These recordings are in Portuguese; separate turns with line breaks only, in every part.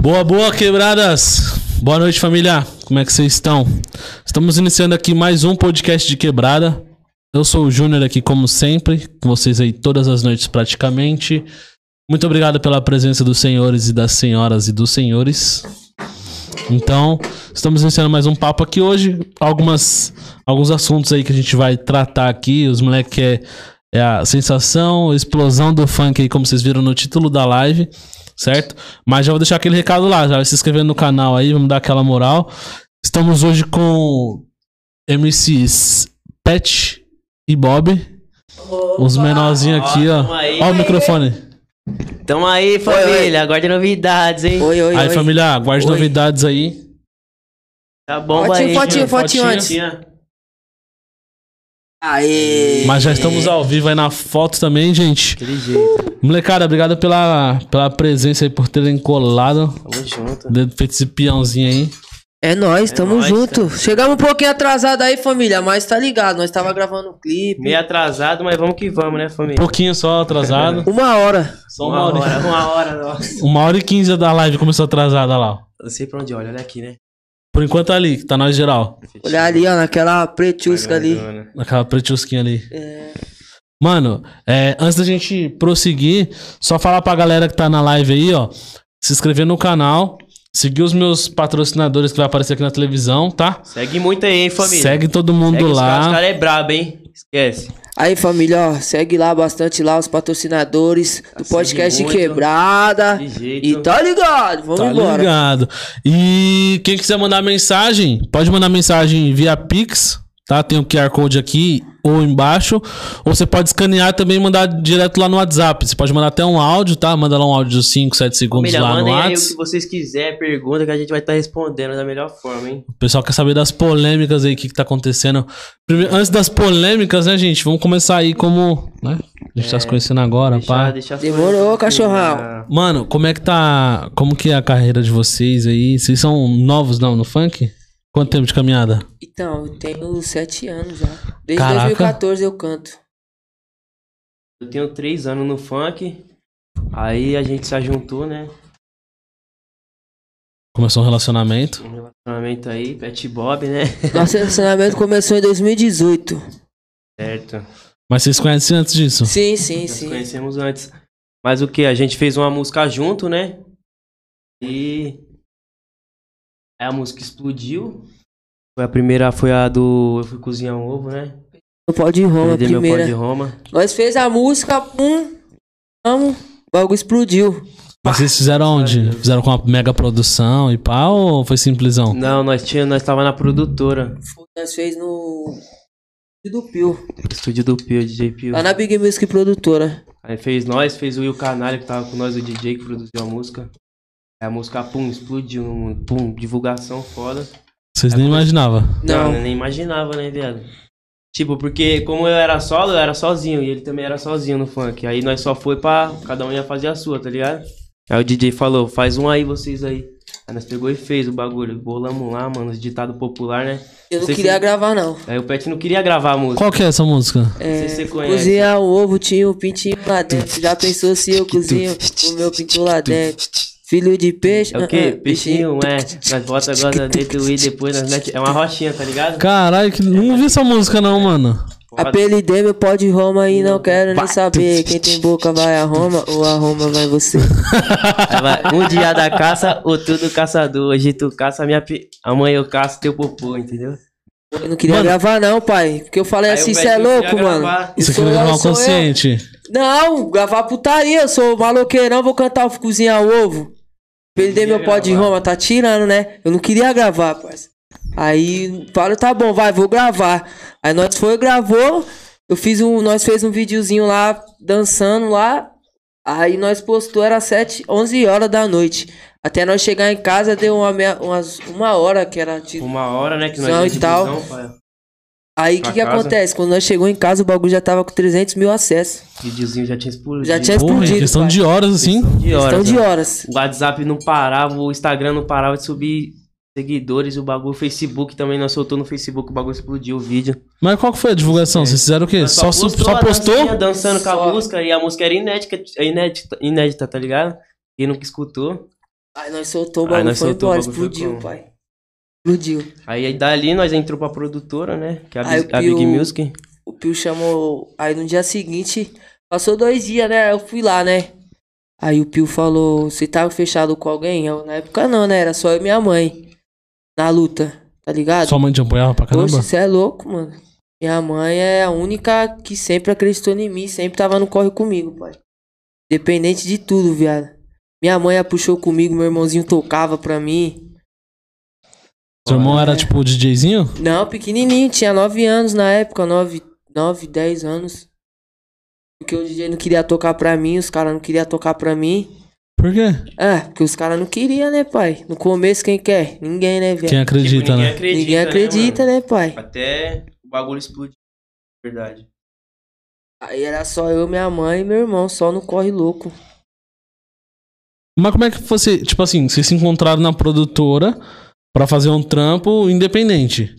Boa, boa, quebradas! Boa noite, família! Como é que vocês estão? Estamos iniciando aqui mais um podcast de quebrada. Eu sou o Júnior aqui, como sempre, com vocês aí todas as noites praticamente. Muito obrigado pela presença dos senhores e das senhoras e dos senhores. Então, estamos iniciando mais um papo aqui hoje. Algumas, alguns assuntos aí que a gente vai tratar aqui. Os moleques é, é a sensação, a explosão do funk aí, como vocês viram no título da live, certo? Mas já vou deixar aquele recado lá, já vai se inscrevendo no canal aí, vamos dar aquela moral. Estamos hoje com MCs Pet e Bob. Os menorzinhos aqui, ó.
tamo aí.
Ó o microfone.
Tamo aí, família. Aguarde novidades, hein?
Oi, oi,
Aí,
oi.
família, aguarde
Oi.
novidades aí.
Tá bom,
Fotinho,
aí.
né?
fotinho, fotinho antes.
fotinho. assim,
Aê!
Mas já estamos ao vivo aí na foto também, gente.
Aquele jeito.
Molecada, obrigado pela, pela presença aí, por terem colado.
Tamo junto.
Dedo feito esse peãozinho aí.
É nóis, tamo
tá.
nóis,
junto. Chegamos um pouquinho atrasado aí, família, mas tá ligado, nós tava gravando um clipe.
Meio atrasado, mas vamos que vamos, né,
Um
família?
pouquinho só atrasado.
Uma hora.
Só uma hora.
Uma hora, nossa.
Uma hora e quinze da live começou atrasada lá.
Não sei pra onde olha. Olha aqui, né?
Por enquanto tá ali, que tá nós geral.
Olha ali, ó, naquela pretusca ali.
Aquela pretusquinha ali.
É.
Mano, é, antes da gente prosseguir, só falar pra galera que tá na live aí, ó. Se inscrever no canal. Seguir os meus patrocinadores que vai aparecer aqui na televisão, tá?
Segue muito aí, hein, família.
Segue todo mundo
Segue os
lá.
caras, Os caras é brabo, hein? Esquece.
Aí, família, ó, segue lá bastante lá os patrocinadores do podcast de
Tá muito.
Quebrada.
De jeito.
E tá ligado, vamos
Tá
embora.
ligado. E quem quiser mandar mensagem, pode mandar mensagem via Pix, tá? Tem o QR Code aqui ou embaixo. Ou você pode escanear também e mandar direto lá no WhatsApp. Você pode mandar até um áudio, tá? Manda lá um áudio de 5, 7 segundos
Família,
lá no
mandem aí o que
WhatsApp.
vocês quiserem, pergunta que a gente vai estar respondendo da melhor forma, hein?
O pessoal quer saber das polêmicas aí, o que, que tá acontecendo. Primeiro, antes das polêmicas, né, gente? Vamos começar aí como. Né? A gente tá
É,
se conhecendo agora, pá.
deixa
Demorou, cachorrão.
Mano, como é que tá. Como que é a carreira de vocês aí? Vocês são novos não no funk? Quanto tempo de caminhada?
Então, eu tenho sete anos já. Desde
Caraca.
2014 eu canto.
Eu tenho três anos no funk. Aí a gente se ajuntou, né?
Começou um relacionamento.
Um relacionamento aí, Pet Bob, né?
Nosso relacionamento começou em 2018.
Certo.
Mas vocês conhecem antes disso?
Sim, sim,
Nós
sim.
conhecemos antes. Mas o que? A gente fez uma música junto, né? E. Aí a música explodiu. Foi a primeira, foi a do Eu Fui Cozinhar um Ovo, né?
No pau de Roma,
Perder meu pó
primeira.
de Roma.
Nós fez a música, pum, vamos, o bagulho explodiu.
Mas vocês fizeram onde? Fizeram com uma mega produção e pá ou foi simplesão?
Não, nós tinha, nós tava na produtora.
Foi, Nós fez no do Pio,
Estúdio do Pio, DJ Pio.
lá Ah, na Big Music Produtora.
Aí fez nós, fez o Will Canalha que tava com nós, o DJ que produziu a música. Aí a música, pum, explodiu no mundo. Pum, divulgação foda.
Vocês nem imaginavam.
Não,
Não.
eu nem imaginava, né, viado? Tipo, porque como eu era solo, eu era sozinho e ele também era sozinho no funk. Aí nós só foi pra. Cada um ia fazer a sua, tá ligado? Aí o DJ falou, faz um aí vocês aí. Aí nós pegou e fez o bagulho. Bolamos lá, mano, os ditado popular, né?
Eu não
Você
queria
fez-
gravar, não.
Aí o Pet não queria gravar a música.
Qual que é essa música?
Não sei se você conhece.
Cozinhar um ovo, tinha um pintinho lá dentro. Já pensou se eu cozinho o meu pinto lá dentro? Filho de peixe,
É o
ah,
quê?
ah,
Peixinho, é. Nós bota agora dentro e depois nós mete. É uma rochinha, tá ligado?
Caralho, que... não vi essa música não, mano.
Apelidei meu pó de Roma e não quero nem saber. Quem tem boca vai a Roma ou a Roma vai você.
Aí vai, Um dia da caça, outro do caçador. Hoje tu caça minha. Pi... Amanhã eu caço teu popô, entendeu?
Eu não queria
Mano.
gravar, não, pai. Porque eu falei
Aí
assim,
o
cê é
Betinho
louco,
queria
mano.
gravar.
Você
Sou
quer gravar
eu,
o
sou eu.
consciente?
Não, gravar putaria, eu sou maloqueirão, vou cantar, vou cozinhar ovo. Perdei meu pó de Roma, tá tirando, né? Eu não queria gravar, parça. Aí falo, tá bom, vai, vou gravar. Aí nós foi, gravou. Eu fiz um, nós fez um videozinho lá, dançando lá. Aí nós postou, era 7, 11 horas da noite. Até nós chegar em casa, deu uma, meia- umas, uma hora que era de
Uma hora, né? Que nós
Não,
ia
e
de
tal.
busão, pai.
Aí o
Pra
que, que
casa?
acontece? Quando nós chegou em casa, o bagulho já tava com 300 mil acessos.
O videozinho já tinha explodido.
Já tinha
Porra, em
explodido.
questão
pai.
de horas, assim.
de horas.
Questão Então, de
né?
horas.
O WhatsApp não parava, o Instagram não parava de subir seguidores, o bagulho. O Facebook também, nós soltou no Facebook, o bagulho explodiu o vídeo.
Mas qual que foi a divulgação? Vocês fizeram o quê?
Nós
Só, su-
a
só postou?
dancinha dançando com a
Só.
música e a música era inédita, é inédita, inédita, tá ligado? Quem nunca escutou.
Aí nós soltou o
Aí
bagulho,
nós
foi
soltou,
embora,
o bagulho foi
explodiu,
como?
pai. Explodiu.
Aí aí dali nós entrou pra produtora, né? Que é a,
Aí
Bis- a
o Pio-
Big Music.
O Pio chamou. Aí no dia seguinte, passou dois dias, né? Eu fui lá, né? Aí o Pio falou: Você tava fechado com alguém? Eu, na época não, né? Era só eu e minha mãe. Na luta, tá ligado?
Sua mãe te apoiava pra caramba?
Poxa, você é louco, mano. Minha mãe é a única que sempre acreditou em mim, sempre tava no corre comigo, pai. Independente de tudo, viado. Minha mãe a puxou comigo, meu irmãozinho tocava pra mim.
Seu irmão era
É.
tipo o DJzinho?
Não, pequenininho, tinha 9 anos na época, 9, 9 10 anos. Porque o DJ não queria tocar pra mim, os caras não queriam tocar pra mim.
Por quê?
É, porque os caras não queriam, né, pai? No começo, quem quer? Ninguém, né,
Quem
velho?
acredita,
Tipo, ninguém
né?
acredita.
Ninguém acredita,
né,
né, pai?
mano? Até o bagulho explodir. Verdade.
Aí era só eu, minha mãe e meu irmão, só no corre louco.
Mas como é que você, tipo assim, vocês se encontraram na produtora pra fazer um trampo independente?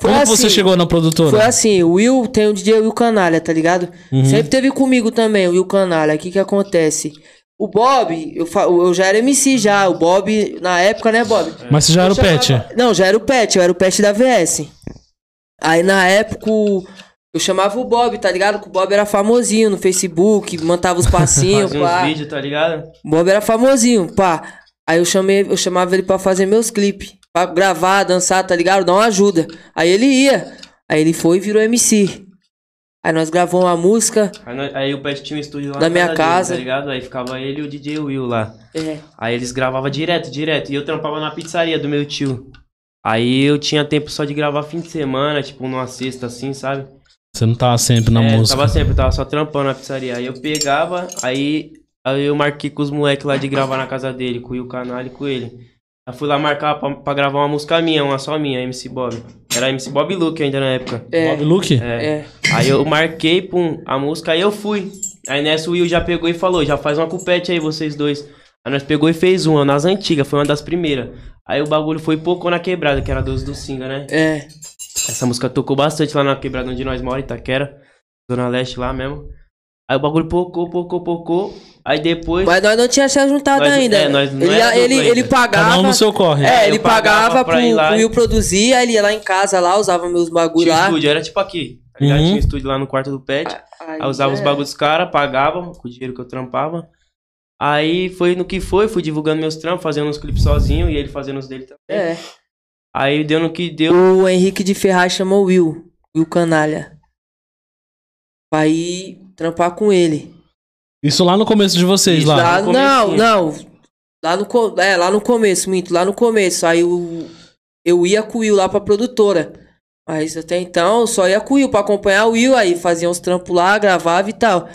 Foi
Como
assim,
você chegou na produtora?
Foi assim, o Will tem o DJ Will Canalha, tá ligado?
Uhum.
Sempre teve comigo também, o Will Canalha. O que que acontece? O Bob, eu, fa- eu já era MC já, o Bob, na época, né, Bob?
Mas você já era o
Eu
pet?
chamava- Não, já era o Pet, eu era o Pet da VS. Aí na época o- eu chamava o Bob, tá ligado? Que o Bob era famosinho no Facebook, mandava os passinhos,
Fazia uns
pá.
vídeos, tá ligado?
O Bob era famosinho, pá. Aí eu chamei, eu chamava ele pra fazer meus clipes. Pra gravar, dançar, tá ligado? Dar uma ajuda. Aí ele ia. Aí ele foi e virou MC. Aí nós gravamos uma música.
Aí, nós- aí o Pet tinha um estúdio lá
Na
na
minha
dele,
casa.
tá ligado? Aí ficava ele e o DJ Will lá.
É.
Aí eles gravavam direto, direto. E eu trampava na pizzaria do meu tio. Aí eu tinha tempo só de gravar fim de semana, tipo, numa sexta assim, sabe?
Você não tava sempre na
é,
música.
tava sempre, tava só trampando na pizzaria. Aí eu pegava, aí, aí eu marquei com os moleques lá de gravar na casa dele, com o Will Canal e com ele. Aí fui lá marcar pra, pra gravar uma música minha, uma só minha, MC Bob. Era MC Bob e Luke ainda na época.
Bob Luke?
É.
É.
Aí eu marquei, pum, a música, aí eu fui. Aí nessa o Will já pegou e falou, já faz uma cupete aí vocês dois. Aí nós pegou e fez uma, nas antigas, foi uma das primeiras. Aí o bagulho foi pouco na quebrada, que era 12 do Singa, né?
É.
Essa música tocou bastante lá na quebrada onde nós moramos, Itaquera, Zona Leste lá mesmo. Aí o bagulho pocou, pocou, pocou. Aí depois.
Mas nós não tinha se juntado
Nós-
ainda.
é, nós não
ele,
era
ele,
dupla
ele
ainda.
pagava.
Cada um no seu corre.
É, ele
Eu pagava
pagava,
pra ir
pro,
lá
pro
e-
Will produzir, aí ele ia lá em casa, lá, usava meus bagulho
tinha
lá.
estúdio, era tipo aqui. Tá ligado?
Uhum.
Tinha um estúdio lá no quarto do Pet. Aí eu usava os
é.
bagulhos dos caras, pagava com o dinheiro que eu trampava. Aí foi no que foi, fui divulgando meus trampos, fazendo uns clipes sozinho e ele fazendo os dele também.
É.
Aí deu no que deu.
O Henrique de Ferraz chamou o Will, Will Canalha. Pra ir trampar com ele.
Isso lá no começo de vocês,
Isso,
lá.
lá.
Lá,
Ah, no
não,
comecinho.
não. Lá no, co- é, lá no começo, minto, lá no começo. Aí o, eu ia com o Will lá pra produtora. Mas até então eu só ia com o Will pra acompanhar o Will. Aí fazia uns trampos lá, gravava e tal.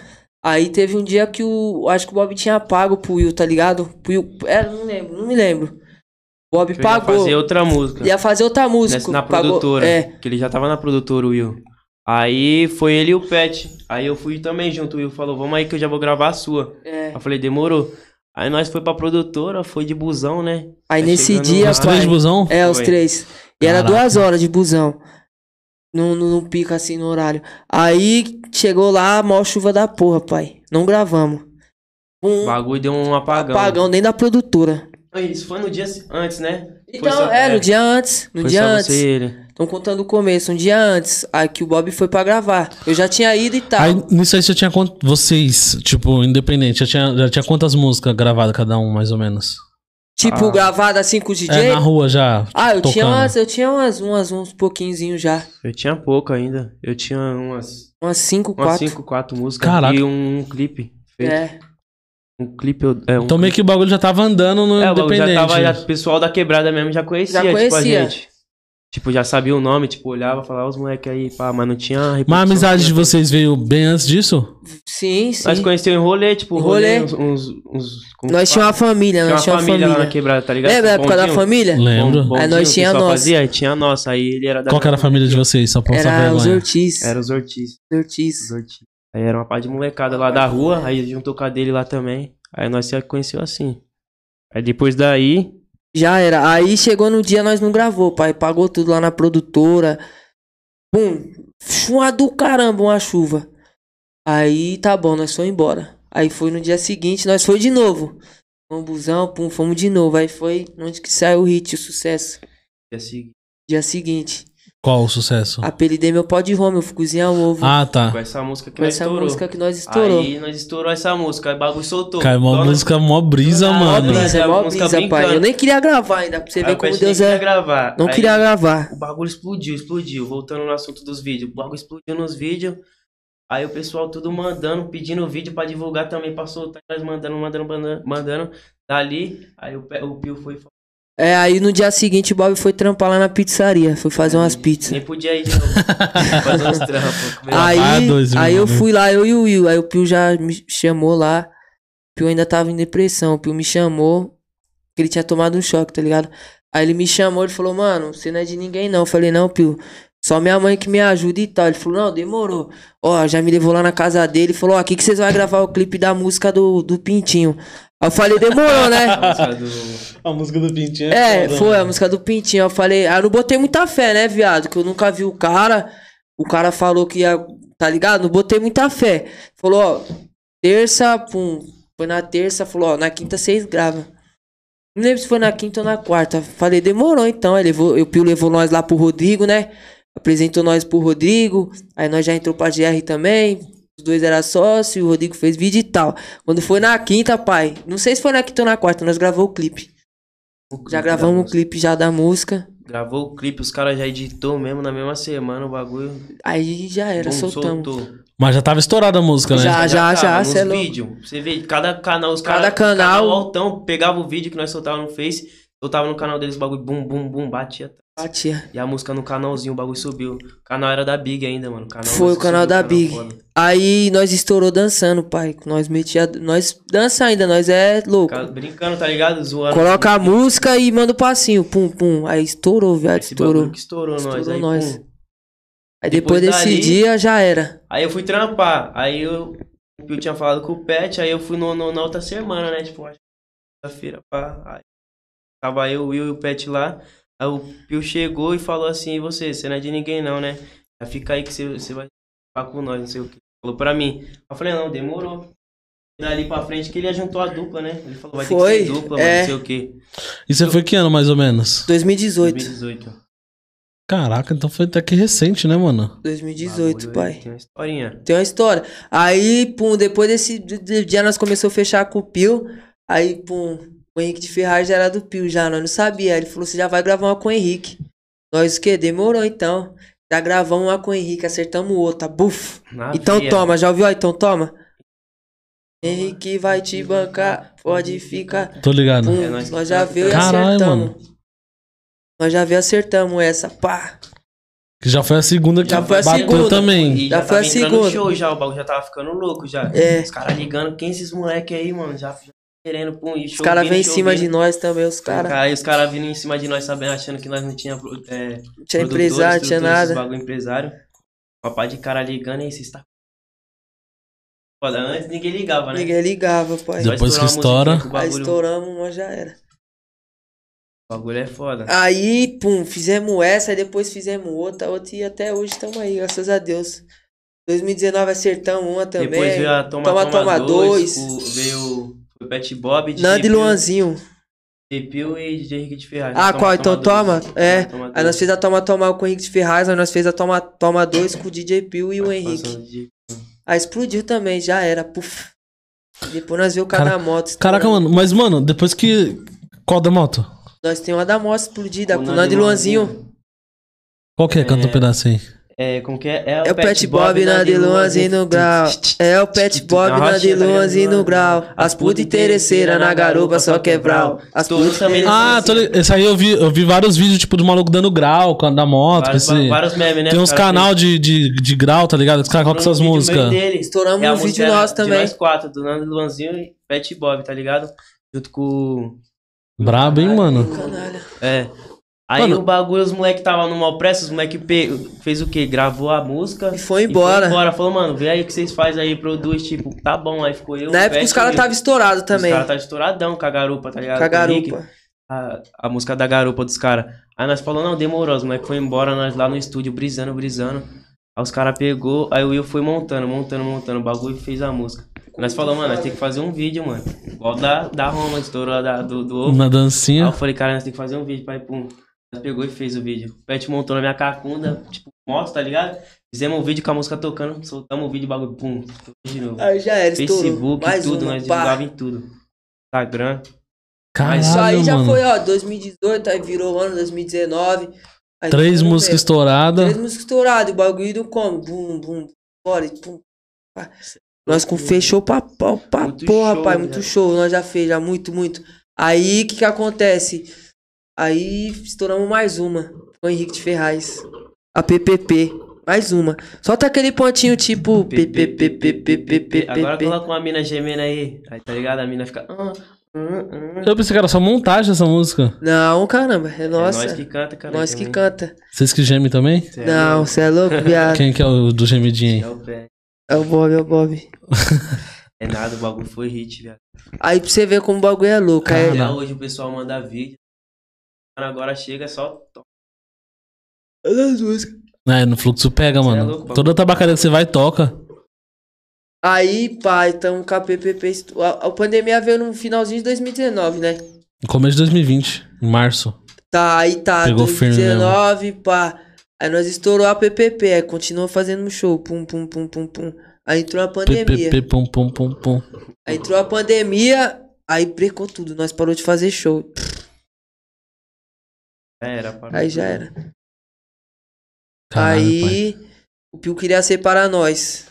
Aí teve um dia que o. Acho que o Bob tinha pago pro Will, tá ligado? Pro Will, é, não lembro, não me lembro. O Bob
Eu ia
pagou.
fazer outra música.
Ia fazer outra música.
Nessa- na
pagou-
produtora.
é.
Que ele já tava na produtora, o Will. Aí foi ele e o Pet. Aí eu fui também junto. O Will falou: Vamos aí que eu já vou gravar a sua.
É.
Eu falei: Demorou. Aí nós foi pra produtora, foi de busão, né?
Aí
Tá
nesse
chegando
dia,
lá.
Os três
pai,
busão?
É, os
Foi.
três. E era
Caraca.
duas horas de busão. Não, não, não pica assim no horário. Aí chegou lá, maior chuva da porra, pai. Não gravamos.
O
Um
bagulho deu um apagão.
apagão nem da produtora.
Isso foi no dia antes, né? Foi
Então,
só-
é, no dia antes. No
foi
dia
só
antes.
Você e ele.
Estão contando o começo, um dia antes. Aí que o Bob foi pra gravar. Eu já tinha ido e tal.
Aí, nisso aí você tinha quantos. Vocês, tipo, independente, já tinha, já tinha quantas músicas gravadas cada um, mais ou menos?
tipo,
Ah.
gravado assim com o DJ.
É, na rua já.
ah, eu tinha,
tocando.
umas, eu tinha umas, umas, uns pouquinhos já.
Eu tinha pouco ainda. Eu tinha umas,
Umas cinco,
umas
quatro.
cinco, quatro músicas
Caraca.
e um, um clipe. Feito.
é.
Um clipe eu. É, um
Então meio que o bagulho já tava andando no
É, o bagulho
independente.
já tava. já- o pessoal da quebrada mesmo já conhecia,
Já
tipo, a
conhecia.
gente. Tipo, já sabia o nome, tipo, olhava, falava os moleques aí, pá, mas não tinha. repercussão.
Mas a amizade de vocês veio bem antes disso?
Sim, sim.
Nós conheceu em rolê, tipo,
Em
rolê, uns.
rolê.
uns, uns- como
Nós
que
tínhamos
fala?
uma família,
Tinha
nós tínhamos uma
lá na
família.
quebrada, tá ligado?
Lembra a época da
Bondinho.
família?
Lembro.
Bondinho
Aí nós
que o
tinha a
pessoal
nossa.
Fazia, aí tinha a nossa, aí ele era da.
Qual que era a família de vocês? Só pra passar
Era os
vergonha.
Ortiz.
Era os Ortiz.
os Ortiz.
os Ortiz. Aí era uma parte de molecada lá da rua, aí juntou com a dele lá também. Aí nós se conheceu assim. Aí depois daí,
Já era. Aí chegou no dia, nós não gravou, pai. Pagou tudo lá na produtora. Bum. Chuva do caramba, uma chuva. Aí tá bom, nós foi embora. Aí foi no dia seguinte, nós foi de novo. Um busão, pum, fomos de novo. Aí foi onde que saiu o hit, o sucesso.
Dia seguinte,
Dia seguinte.
Qual o sucesso?
Apelidei meu pó de Roma, eu fui cozinhar o ovo.
Ah, tá.
com essa música que
com
nós
essa
estourou.
música que nós estourou.
Aí nós estourou essa música, aí o bagulho soltou.
Cara, uma
Só nós-
música mó brisa,
Ah,
mano.
brisa.
Brisa, mó
música
brisa, pai.
brincando.
Eu nem queria gravar ainda, pra você
aí
ver
o
como
Pet nem
Deus
queria
é.
gravar.
Não
Aí
queria gravar.
O bagulho explodiu, explodiu. Voltando no assunto dos vídeos. O bagulho explodiu nos vídeos. Aí o pessoal tudo mandando, pedindo vídeo pra divulgar também, pra soltar. Nós mandando, mandando, mandando. mandando. Dali, aí o, Pe- o Pio foi... e falou,
É, aí no dia seguinte o Bob foi trampar lá na pizzaria, foi fazer umas pizzas.
Nem podia ir de novo. Fazer uns trampos. comer uma
Aí,
Ah, dois,
aí
mano.
eu fui lá, eu e o Will. Aí o Pio já me chamou lá. O Pio ainda tava em depressão. O Pio me chamou. Que ele tinha tomado um choque, tá ligado? Aí ele me chamou, ele falou, mano, você não é de ninguém não. Eu falei, não, Pio. Só minha mãe que me ajuda e tal. Ele falou, não, demorou. Ó, já me levou lá na casa dele e falou, ó, aqui que vocês vão gravar o clipe da música do, do Pintinho. Aí eu falei, demorou, né?
música do-
A música do Pintinho. né?
É, foi a música do Pintinho. Eu falei, ah, eu não botei muita fé, né, viado? Que eu nunca vi o cara. O cara falou que ia, tá ligado? Não botei muita fé. Falou, ó, terça, pum. Foi na terça, falou, ó, na quinta vocês gravam. Não lembro se foi na quinta ou na quarta. Falei, demorou então. Aí levou, o Pio levou nós lá pro Rodrigo, né? Apresentou nós pro Rodrigo. Aí nós já entrou pra GR também. Os dois eram sócios, o Rodrigo fez vídeo e tal. Quando foi na quinta, pai, não sei se foi na quinta ou na quarta, nós gravou o clipe.
o clipe
Já
da
gravamos o clipe já da música.
música. Gravou o clipe, os caras já editou mesmo na mesma semana o bagulho.
Aí já era,
Bom,
soltamos.
Soltou.
Mas já tava estourada a música, né?
Já.
tava,
já,
nos
cê é louco.
vídeo. Você vê, cada canal, os cara-
Cada canal.
Cada altão, pegava o vídeo que nós soltava no Face, soltava no canal deles, o bagulho bum, bum, bum, batia.
Batia.
E a música no canalzinho, o bagulho subiu. O canal era da Big ainda, mano. O canal
Foi o
subiu,
canal da Big.
foda.
Aí nós estourou dançando, pai. Nós metia. Nós dança ainda, nós é louco.
Ca- Brincando, tá ligado? Zoando.
Coloca a música e manda o passinho. Pum, pum. Aí estourou, viado.
Esse bagulho
Estourou.
que estourou, nós.
Estourou
Aí,
nós.
pum.
Aí depois,
Depois
desse
dali-
dia já era.
Aí eu fui trampar. Aí eu, eu tinha falado com o Pet, aí eu fui no, no- na outra semana, né? Tipo, acho que feira pá. Aí tava eu, o Will e o Pet lá. Aí o Pio chegou e falou assim, e você, você não é de ninguém não, né? Já fica aí que você, você vai ficar com nós, não sei o que. Falou pra mim. Eu falei, não, demorou. E dali pra frente que ele ajuntou a dupla, né? Ele falou, vai ter
Foi,
que ser dupla,
é.
mas não sei o que.
E você foi que ano, mais ou menos?
2018.
2018.
Caraca, então foi até que recente, né, mano?
2018,
Bagulho aí,
pai.
Tem uma historinha.
Tem uma história. Aí, pum, depois desse d- d- dia nós começamos a fechar com o Pio. Aí, pum, o Henrique de Ferraz já era do Pio, já, nós não sabia. Aí ele falou, você já vai gravar uma com o Henrique. Nós o quê? Demorou então. Já gravamos uma com o Henrique, acertamos outra. Buf!
Na
Então
via.
toma, já ouviu? Ah, Então toma. Henrique vai te bancar, pode ficar.
Tô ligado.
Pum,
É, nós-
nós já veio e
Caralho,
acertamos. Nós já veio e acertamos essa, pá.
Que já foi a segunda que
Já foi a
bateu
segunda.
também.
E
Já
já,
foi a
tava entrando
segunda.
no show já, o bagulho já tava ficando louco já.
É.
Os caras ligando, quem esses moleque aí, mano? Já já querendo, pum, e
Os caras vêm em cima de nós também, os caras.
Cara, e os caras vindo em cima de nós, sabendo, achando que nós não tinha, é,
Tinha
produtor,
empresário, tinha
instrutor, esses
nada.
bagulho empresário. Papai de cara ligando, aí, vocês tá... Foda, antes ninguém ligava, né?
Ninguém ligava, pai.
Só
Depois que
estourar uma
estoura.
musiquinha, que O
Aí
bagulho,
estouramos, mas já era.
o bagulho é foda.
Aí, pum, fizemos essa, aí depois fizemos outra, outra e até hoje estamos aí, graças a Deus. 2019 acertamos uma também.
Depois veio a Toma
Toma,
Toma,
Toma
2,
dois.
o- veio o Pet Bob, DJ
Nando e
Pio,
Luanzinho.
DJ Pio e DJ Henrique de Ferraz. né?
Ah, qual? Então toma?
dois.
É.
Toma
Aí
dois.
nós fez a Toma Toma com o Henrique de Ferraz, aí nós fez a Toma Toma 2 com o DJ Pio e o Henrique.
Participação de-
Aí explodiu também, já era, puf. Depois nós viu o cara
Cara-
da moto. tá
Caraca,
estourando.
mano. Mas, mano, depois que... Qual da moto?
Nós tem uma da moto explodida,
O
com o Nando e Luanzinho.
Qual que é? Canta um pedaço aí.
É, como que é? É
É o Pet Bob na de longe no grau. É o Pet Bob na de longe
né?
no grau. As putas interesseira na garupa só quebral. As
Estourou
putas
também nesse
Ah,
Esse-
tô li- esse aí eu vi, eu vi vários vídeos, tipo, do maluco dando grau com a- da moto.
Vários,
com esse-
vários memes, né?
Tem uns
Os caras
canal de, de, de grau, tá ligado? Os caras colocam essas
Estourou um vídeo
músicas.
meio dele.
Estouramos
é a
um vídeo
música
nosso
de
também.
nós quatro, do Nando Luanzinho e Pet Bob, tá ligado? Junto com.
Brabo, hein, mano?
Canalha.
É. Aí
Mano.
o bagulho, os moleque tava no mal preço, os moleque pe- fez o quê? Gravou a música.
E foi embora.
Falou, mano, vê aí o que vocês fazem aí, produz, tipo, tá bom. Aí ficou eu.
Na
o
época
Pet
os
e
caras
eu.
estavam estourados também.
Os caras tá estouradão com a garupa, tá ligado?
Com a
o Rick,
garupa.
a, a música da garupa dos caras. Aí nós falou, não, demorou, os moleques foi embora, nós lá no estúdio, brisando, brisando. Aí os caras pegou, aí o Will foi montando, montando, montando o bagulho e fez a música. Nós falamos, mano, nós tem que fazer um vídeo, mano. Igual da, da Roma, estourou a da, do, do ovo.
Na
Aí eu
dancinha.
falei, cara, nós tem que fazer um vídeo, pai, pum. Nós pegou e fez o vídeo. O Pet montou na minha cacunda, tipo, moto, tá ligado? Fizemos um vídeo com a música tocando, soltamos o vídeo, bagulho, pum, de novo.
Aí já era, estourou.
Facebook,
Mais
tudo,
uma,
nós
pá.
divulgava em tudo. Instagram.
Caralho,
Isso aí já
mano.
foi, ó, 2018, aí virou o ano 2019. Aí
Três
tudo
músicas
bem.
estouradas.
Três músicas estouradas, o bagulho não come. Bum, bum, bora, e pum. pá. Nós com fechou pra, pra, pra
Muito
porra,
show,
pai,
né?
muito show. Nós já fez, já muito, muito. Aí, o que que acontece? Aí, estouramos mais uma. Com o Henrique de Ferraz. A PPP. Mais uma. Solta aquele pontinho tipo... PPP.
Agora coloca uma mina gemendo aí. Aí tá ligado? A mina fica. "Ah, ah, ah".
Eu pensei que era só montagem essa música.
Não, caramba, é nossa.
É nós que canta, cara.
Nós que
também.
canta.
Vocês que gemem também?
Cê é
Não,
louco.
você é louco, viado.
Quem que é o do gemidinho
É
aí?
o pé.
É o Bob, é o Bob.
É nada, o bagulho foi hit, velho.
Aí pra você ver como o bagulho é louco. aí-
Ah,
Até
não.
hoje o pessoal manda vídeo. Agora chega só. to-
É, no fluxo pega,
Cê é
mano.
louco, bagulho.
Toda tabacaria que você vai, toca.
Aí, então, pai, tamo com a PPP. estu- A, a pandemia veio no finalzinho de 2019, né?
No começo de 2020, em março.
Tá, aí tá.
Pegou firme mesmo.
2019, pá. Aí nós estourou a PPP, aí continuou fazendo um show. Pum, pum, pum, pum, pum. Aí entrou a
P, P,
pandemia.
P, pum, pum, pum, pum.
Aí entrou a pandemia, aí brecou tudo. Nós parou de fazer show.
Já era, pá.
Aí já era.
Caralho, pai.
aí o Pio queria separar nós.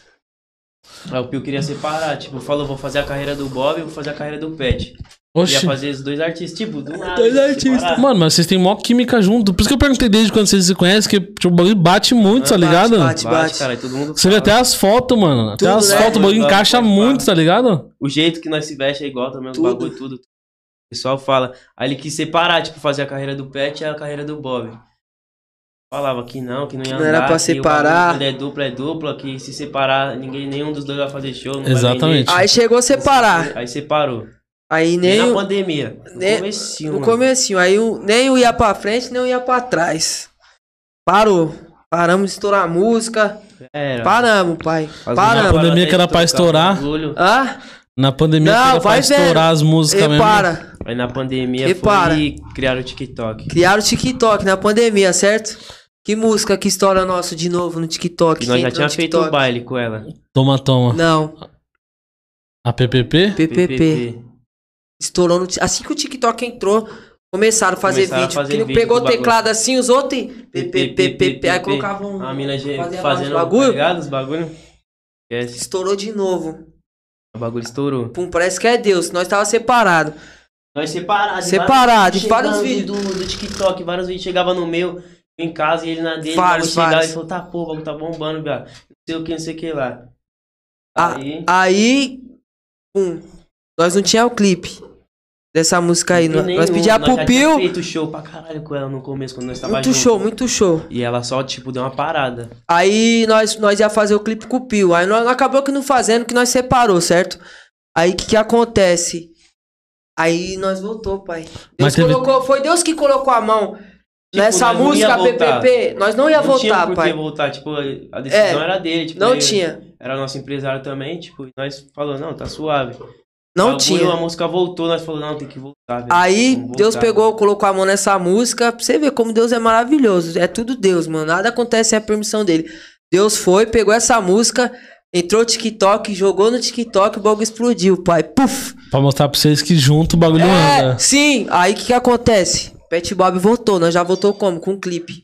Aí o Pio queria separar. Tipo, falou, vou fazer a carreira do Bob e vou fazer a carreira do Pet. Queria
Oxi.
fazer os dois artistas. Tipo, do nada.
Dois
separar.
artistas.
Mano, mas vocês têm mó química junto. Por isso que eu perguntei desde quando vocês se conhecem, que tipo, o bagulho bate muito, tá
Bate,
ligado?
bate.
Bate, cara, e todo mundo.
Você vê
fala.
até as fotos, mano. Até
Tudo,
as
né?
fotos, o bagulho
Tudo,
encaixa
tudo,
muito,
tudo.
tá ligado?
O jeito que nós se veste é igual também,
Tudo.
o bagulho, tudo. O pessoal fala. Aí ele quis separar, tipo, fazer a carreira do Pet e a carreira do Bob. Falava que não, que não ia
Não
andar.
era pra
que o
separar.
bagulho, Quando é dupla, é dupla, que se separar, ninguém, nenhum dos dois vai fazer show. Não vai
Exatamente.
vender.
Aí chegou a separar.
Aí separou.
Aí
Nem
nem
na
o,
pandemia. No
nem-
comecinho,
no
mano.
comecinho, aí o, nem o ia pra frente, nem o ia pra trás. Parou. Paramos de estourar a música.
Era.
Paramos, pai.
As
Na
Paramos.
meninas
pandemia
pararam
que era pra
de tocar
estourar.
bagulho.
Hã?
Na pandemia,
Não,
pega pra
vai vendo.
estourar as músicas mesmo.
Repara.
Aí na pandemia
E
foi
para.
e criaram o TikTok.
Criaram o TikTok na pandemia, certo? Que música que estoura nosso de novo no TikTok?
E nós
Quem
já
entrou no
tínhamos feito
TikTok?
um baile com ela.
Toma, toma.
Não,
A PPP?
PPP. estourou no ti- assim que o TikTok entrou começaram a fazer
Começaram a
vídeo
fazer
Porque
vídeo
pegou o
com o bagulho.
teclado assim os outros e- p p p p p aí
PPP.
colocavam
A mina já
fazia
fazendo bagulho.
vários bagulho.
Tá ligado? Os bagulho. Esquece.
estourou de novo
O bagulho estourou.
Pum, parece que é Deus nós tava separado
Nós separados.
Separado,
vários
em vários
chegando
vídeos.
Do, do TikTok, vários vídeos. Chegava no meu, eu em casa e ele na dele.
Vários,
eu chegava
vários.
e falou, tá pô, o bagulho tá bombando, viado. Não sei o que, não sei o que lá.
Ah,
Aí,
aí pum nós não tinha o clipe dessa música aí nós, nós pedíamos pro
Pio.
Pio
feito show pra caralho com ela no começo, quando nós tava
muito
junto.
show muito show
E ela só, tipo, deu uma parada.
Aí nós, nós ia fazer o clipe com o Pio. Aí nós, acabou que não fazendo, que nós separou, certo? Aí o que, que acontece? Aí nós voltou, pai. Deus
Mas teve-
colocou, foi Deus que colocou a mão nessa
Tipo, nós não ia
música
voltar.
PPP. Nós não ia
não tinha
voltar,
por
pai.
que voltar, tipo, a decisão
É,
era dele. Tipo,
Não
ele-
tinha.
Era nosso empresário também, tipo, e nós falou, não, tá suave.
Não
Bagulho,
tinha.
A música voltou, nós falou, não, tem que voltar. velho.
Aí
Vamos
Deus
voltar.
pegou, colocou a mão nessa música. Pra você ver como Deus é maravilhoso. É tudo Deus, mano. Nada acontece sem a permissão dele. Deus foi, pegou essa música, entrou no TikTok, jogou no TikTok, o bagulho explodiu, pai. Puf!
Pra mostrar pra vocês que junto o bagulho
É,
anda.
sim. Aí o que, que acontece? Pet Bob voltou. Nós já voltou como? Com um clipe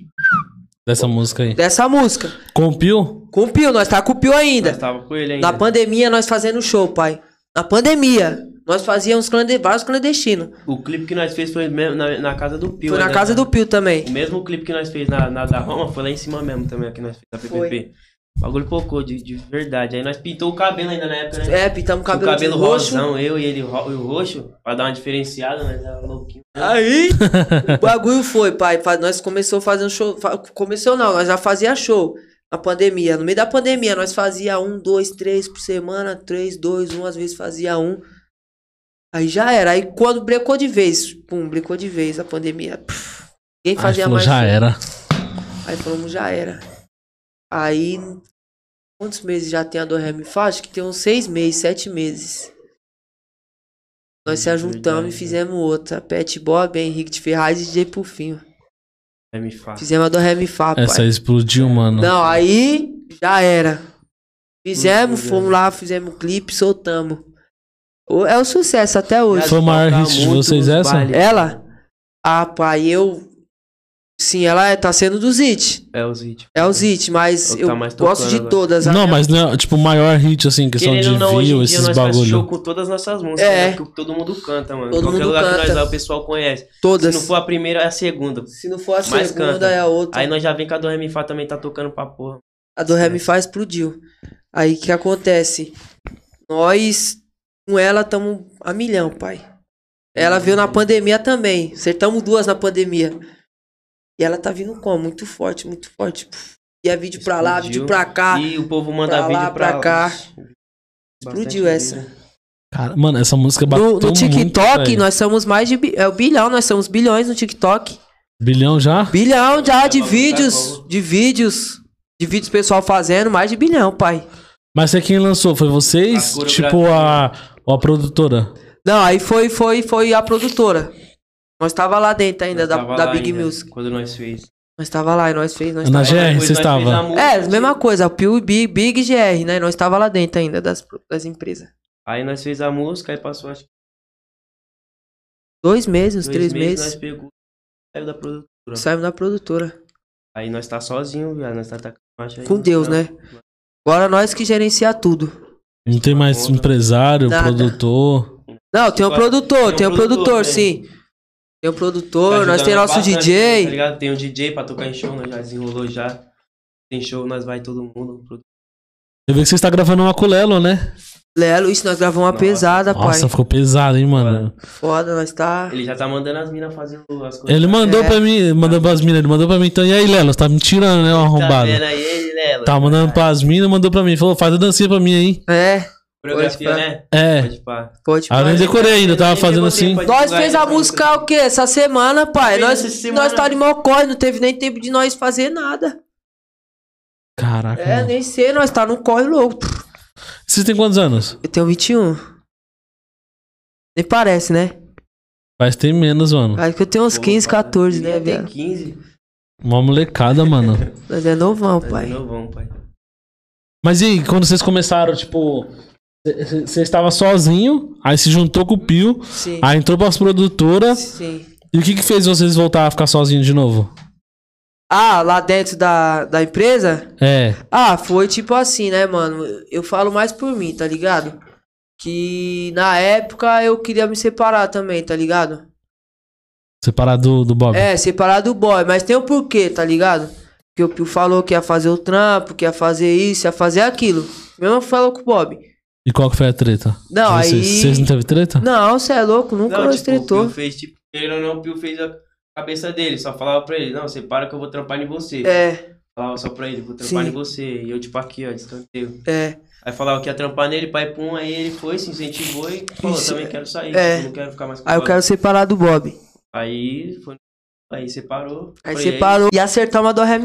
Dessa música aí.
dessa música.
Com o Pio?
Com o Pio, nós tá com o Pio
Nós
ainda.
tava com ele ainda.
Na pandemia, nós fazendo show, pai. Na pandemia, nós fazíamos clande... vários clandestinos.
O clipe que nós fez foi mesmo na, na casa do Pio.
Foi na
né,
casa do
mano?
Pio também.
O mesmo clipe que nós fez na, na da Roma foi lá em cima mesmo também, que nós fez da PPP. O Bagulho focou, de, de verdade. Aí nós pintou o cabelo ainda na época, né?
É, pintamos o
Com
cabelo, de roxo.
rosão, eu e ele ro- e o roxo, pra dar uma diferenciada, mas era louquinho.
Aí, o bagulho foi, pai. Fa- Nós começou fazendo show. fa- Começou não, nós já fazia show. Na pandemia, no meio da pandemia, nós fazia um, dois, três por semana, três, dois, um, às vezes fazia um. Aí já era. Aí quando brecou de vez, pum, brecou de vez a pandemia. puf, ninguém
Aí
fazia
falou,
mais.
já
show.
era.
Aí falamos, já era. Aí Quantos meses já tem a do Ré Mi Fá? Acho que tem uns seis meses, sete meses. Nós
Hum,
se ajuntamos
Verdade,
e fizemos outra. Pet Bob, Henrique de Ferraz e DJ Pufinho.
É, me fácil.
Fizemos a do Ré Mi Fá, pai.
Essa aí explodiu, mano.
Não, aí já era. Fizemos,
Hum,
fomos lá, fizemos um clipe, soltamos. O- É um sucesso até hoje.
Foi o maior
Tocar
hit de
muito
vocês
nos
essa?
bailes.
Ela? Ah, pai, eu. Sim, ela é- tá sendo dos hits.
É os hits.
É os hits, mas
É o que
eu
tá mais
gosto
tocando
de
agora.
todas. A
Não,
minha-
mas não é, tipo, o maior hit, assim, questão
Querendo
de
ou não, hoje em
view,
dia
esses
nós faz show
bagulho.
com todas as nossas músicas,
É.
né? que todo mundo canta, mano.
Todo
Qualquer
mundo
lugar que
canta.
nós vai, o pessoal conhece. Se
Todas.
não for a primeira, é a segunda.
a
mais
segunda,
canta.
é a outra.
Aí nós já vem que a do Remi Fá também tá tocando pra porra.
A do Ré Mi Fá explodiu. Aí o que acontece? Nós, com ela, estamos a milhão, pai. Ela veio na pandemia também. Acertamos duas na pandemia. E ela tá vindo como? Muito forte, muito forte. Puf. E é vídeo pra lá,
Explodiu.
vídeo pra cá.
e o povo manda
Ah, pra lá,
vídeo pra,
pra cá. Explodiu essa.
Cara, mano, essa música bateu
No, no TikTok,
muito, velho.
nós somos mais de. bi- É o bilhão, nós somos bilhões no TikTok.
Bilhão
tá
já?
Bilhão já de
bagulho tá
vídeos.
como?
De vídeos. De vídeos pessoal fazendo, mais de bilhão, pai.
Mas é quem lançou? Foi
A
vocês?
coreografia.
Tipo, a, a produtora?
Não, aí foi, foi, foi a produtora. Nós tava lá dentro ainda,
Nós
da,
tava
da
lá
Big
ainda,
Music.
Quando nós fez.
Nós tava lá e nós fez, nós
Na
tava...
GR,
Depois nós
Ah, vocês
fez a
estavam?
música,
É, mesma coisa, a Pio e Big, Big GR, né? Nós tava lá dentro ainda das, pro- das empresas.
Aí nós fez a música, aí passou acho que
Dois meses, uns
dois
três meses,
Nós pegou, saiu da produtora.
saímos da produtora.
Aí nós tá sozinho, viado. Nós tá tacando marcha aí.
Com Deus, né? Agora nós que gerencia tudo.
Não tem mais
Conta.
empresário,
Nada.
produtor.
Não, tem um
Agora,
produtor, tem um produtor,
né?
sim. Tem um
Tá
produtor, nós tem
ajudando
nosso
bastante, Tá
DJ.
ligado? Tem um DJ pra tocar em show, nós já desenrolou já. Tem show, nós vai todo mundo.
Eu vi que você está gravando uma culelo, né? é
tá
tá-
então, tá né,
Tá né, né?
É,
É.
tá É,
Hum.
né? tá um. né?
Hum.
né, é
tá é
tipo, Ah,
Ah,
É,
tipo assim, né, tá tá É. tá é
tipo,
É.
tá Ah, é né? Ah, então tá tipo, né, Pai, mas é tipo
tipo, tá né?" Uhum. né? né? tipo assim, né? né, tá
é. tá é, tá. É. É né, É, É, tá é tá é é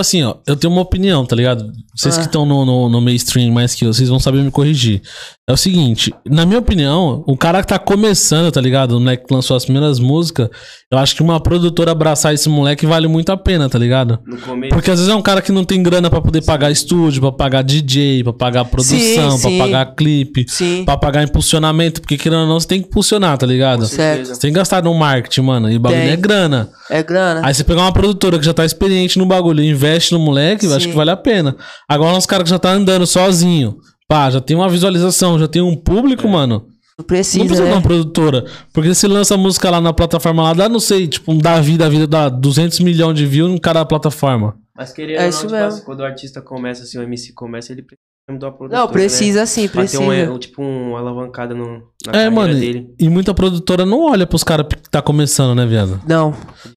assim, ó, eu tenho uma opinião, tá ligado? Vocês
Ah.
que estão no, no, no mainstream mais que eu, vocês vão saber me corrigir. É o seguinte, na minha opinião, o cara que tá começando, tá ligado? O moleque que lançou as primeiras músicas, eu acho que uma produtora abraçar esse moleque vale muito a pena, tá ligado?
No começo.
Porque às vezes é um cara que não tem grana pra poder pagar estúdio, pra pagar DJ, pra pagar produção,
sim.
pra pagar clipe,
Sim.
pra pagar impulsionamento, porque querendo ou não, você tem que impulsionar, tá ligado?
Certo.
Você tem que gastar no marketing, mano, e o bagulho
Tem.
é grana.
É grana.
Aí você pegar uma produtora que já tá experiente no bagulho e investe no moleque, eu acho
Sim.
que vale a pena. Agora uns caras que já tá andando sozinho. Pá, já tem uma visualização, já tem um público, mano.
Não É. precisa,
não precisa de
né?
uma produtora. Porque se lança música lá na plataforma lá, dá, não sei, tipo, um Davi, da vida dá 200 milhões de views em cada plataforma.
Mas querendo
É
ou não,
isso
tipo,
mesmo.
assim, quando o artista começa, assim, o MC começa, ele precisa mesmo de uma produtora,
Não, precisa sim,
Né? Pra ter
precisa.
um, é, tipo, uma alavancada no, na
é,
carreira
mano.
dele.
E muita produtora não olha pros caras que tá começando, né, viado?
Não,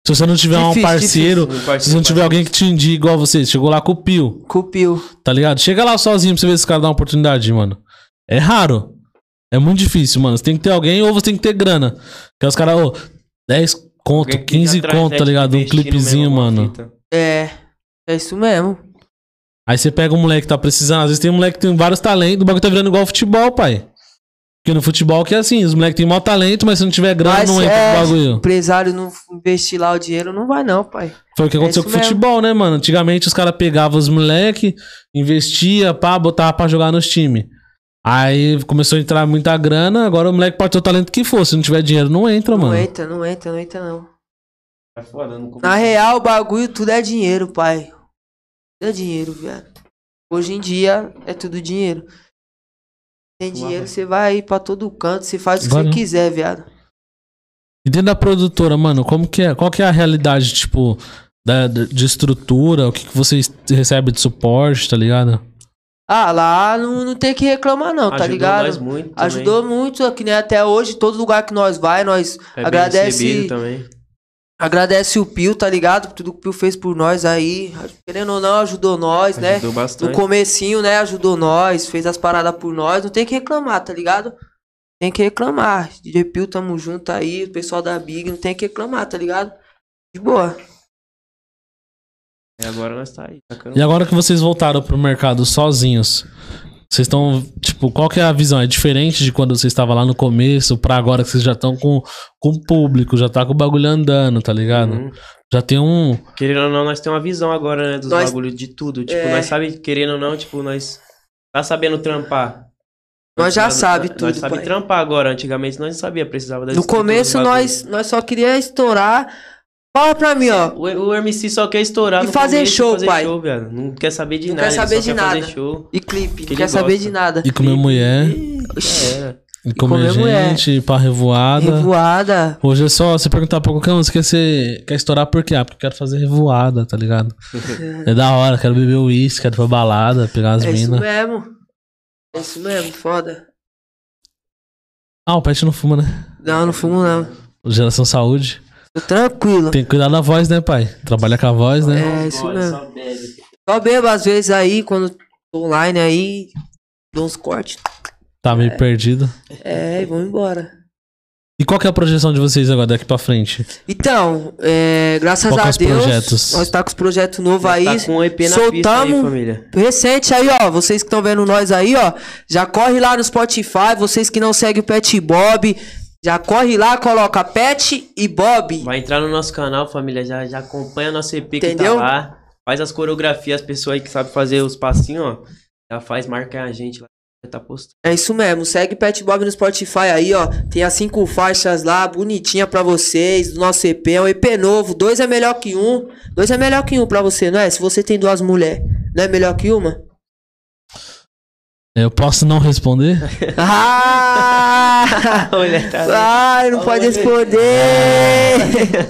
Se você não tiver um
Difícil,
parceiro,
difícil. Um
se você não
parceiro,
tiver alguém que te indique igual você, chegou lá com o Pio.
cupiu.
Tá ligado? Chega lá sozinho pra você ver se esse cara dá uma oportunidade, mano. É raro. É muito difícil, mano. Você tem que ter alguém ou você tem que ter grana. Porque os caras, ô, 10 conto,
Alguém que
15
atrás,
conto,
né,
tá ligado? Um
investindo
clipezinho,
mesmo, uma
mano.
fita.
É, é isso mesmo.
Aí você pega um moleque que tá precisando. Às vezes tem um moleque que tem vários talentos, o bagulho tá virando igual futebol, pai. Porque no futebol que é assim, os moleques têm maior talento, mas se não tiver grana,
Mas
não entra
é-
pro
O
bagulho.
empresário não investir lá o dinheiro, não vai não, pai.
Foi o que
é
aconteceu
isso
com o futebol, né, mano? Antigamente os caras pegavam os moleque, investia, pá, botava pra jogar nos times. Aí começou a entrar muita grana, agora o moleque pode ter o talento que for, se não tiver dinheiro não entra,
Não
mano.
entra, não entra, não entra não.
É foda, no começo.
Na real, o bagulho tudo é dinheiro, pai. Tudo é dinheiro, viado. Hoje em dia é tudo dinheiro. Tem dinheiro, você vai pra todo canto, você faz o que
Vai,
você
né?
quiser, viado.
E dentro da produtora, mano, como que é? Qual que é a realidade, tipo, da, de de estrutura? O que, que vocês recebem de suporte, tá ligado?
Ah, lá não, não tem que reclamar não, tá
Ajudou
ligado?
nós muito também.
Ajudou muito, que nem até hoje, todo lugar que nós vai, nós
É bem
agradece,
recebido também.
agradece o Pio, tá ligado? Tudo que o Pio fez por nós aí, querendo ou não, ajudou nós, né?
Ajudou
No
bastante.
comecinho, né, ajudou nós, fez as paradas por nós, não tem que reclamar, tá ligado? Tem que reclamar. DJ Pio, tamo junto aí, o pessoal da Big, não tem que reclamar, tá ligado? De boa.
E agora nós tá aí, sacando.
E agora que vocês voltaram pro mercado sozinhos, vocês estão, tipo, qual que é a visão? É diferente de quando vocês estavam lá no começo pra agora que vocês já estão com, com o público, já tá com o bagulho andando, tá ligado?
Uhum.
Já tem um...
Querendo ou não, nós temos uma visão agora, né, dos
Nós-
bagulhos de tudo. Tipo,
É.
nós sabe, querendo ou não, tipo, nós tá sabendo trampar.
Nós já sabe
nós
tudo,
Nós sabe
pai.
trampar agora, antigamente nós não sabia, precisava da
No
estrutura do
começo,
bagulho.
nós, nós só queria estourar. Fala pra mim, ó.
O, o MC só quer estourar
E
no
fazer
começo,
show,
fazer
pai.
show, viado. Não quer saber de
Não
nada,
quer saber
ele só
de
quer fazer
nada.
show.
E clipe,
ele
não quer saber
gosta.
de nada.
E comer mulher,
Ixi,
É,
e comer
comer mulher.
gente, pá revoada.
é Revoada.
Hoje é só você perguntar pra qualquer um, você quer, ser, quer estourar por quê? Ah, porque eu quero fazer revoada, tá ligado? é da hora, quero beber uísque, quero ir pra balada, pegar as
é isso
minas.
mesmo. É isso mesmo, foda.
Ah, o Pet não fuma, né?
Não, não fumo não.
Geração Saúde.
Tô tranquilo.
Tem que cuidar da voz, né, pai? Trabalha com a voz, né?
É isso mesmo. Só bebo às vezes aí, quando tô online aí, dou uns cortes.
Tá meio perdido.
É, e vamos embora.
E qual que é a projeção de vocês agora daqui pra frente?
Então, é, graças
Qual que é
a
os
Deus,
projetos?
nós tá com os projetos novos aí.
Tá com um EP na pista aí,
soltamos-
família.
Recente aí, ó. Vocês que estão vendo nós aí, ó. Já corre lá no Spotify. Vocês que não seguem o Pet Bob, já corre lá, coloca Pet e Bob.
Vai entrar no nosso canal, família. Já, já acompanha nosso EP
Entendeu?
que tá lá. Faz as coreografias, as pessoas aí que sabem fazer os passinhos, ó. Já faz, marca a gente lá. Já tá postando.
É isso mesmo. Segue Pet Bob no Spotify aí, ó. Tem as cinco faixas lá, bonitinha pra vocês. Do nosso EP. É um EP novo. Dois é melhor que um. Dois é melhor que um pra você, não é? Se você tem duas mulheres, não é melhor que uma?
É, Eu posso não responder?
ah!
Olha, tá
Ai, não pode responder!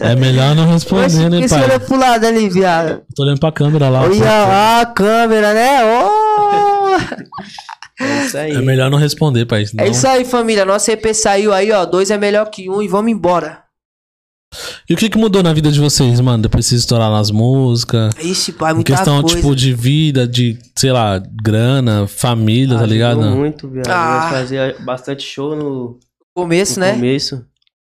É melhor não
Oxe,
responder,
por
né,
que você
pai?
olhou pro lado ali, viado?
Tô olhando pra câmera lá.
Olha lá a câmera, né? Ô!
é isso aí.
É melhor não responder, pai.
É
senão-
isso aí, família. Nossa EP saiu aí, ó. Dois é melhor que um e vamos embora.
E o que, que mudou na vida de vocês, mano? Depois de vocês estourar nas músicas?
Ixi, pai,
Em
É muita
questão,
coisa.
tipo, de vida, de, sei lá, grana, família, tá
Ajudou
ligado?
muito, viado.
Ah.
Nós fazia bastante show no,
começo,
no
né?
começo.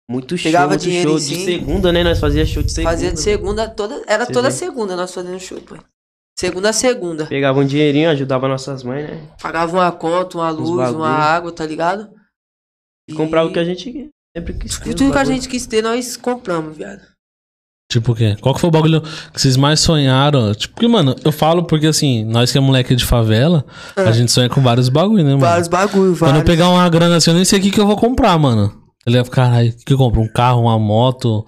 Muito show,
Pegava
muito
dinheiro
show.
em
De
cima.
segunda, né? Nós fazia show de segunda.
Fazia de segunda, toda, era
Você
toda
vê?
segunda nós fazendo show, pai. Segunda a segunda.
Pegava um dinheirinho, ajudava nossas mães, né?
Pagava uma conta, uma luz,
bagulho.
uma água, tá ligado?
E comprava o que a gente sempre quis. ter, os
Tudo que a
bagulho.
gente quis ter, nós compramos, viado.
Tipo o quê? Qual que foi o bagulho que vocês mais sonharam? Tipo, porque, mano, eu falo porque assim, nós que é moleque de favela, a gente sonha com vários bagulho, né, mano?
É. Ah, Vários bagulho,
Quando
vários.
eu pegar uma grana assim, eu nem sei o que, que eu vou comprar, mano. Ele ia ficar, caralho, o que, que eu compro? Um carro, uma moto,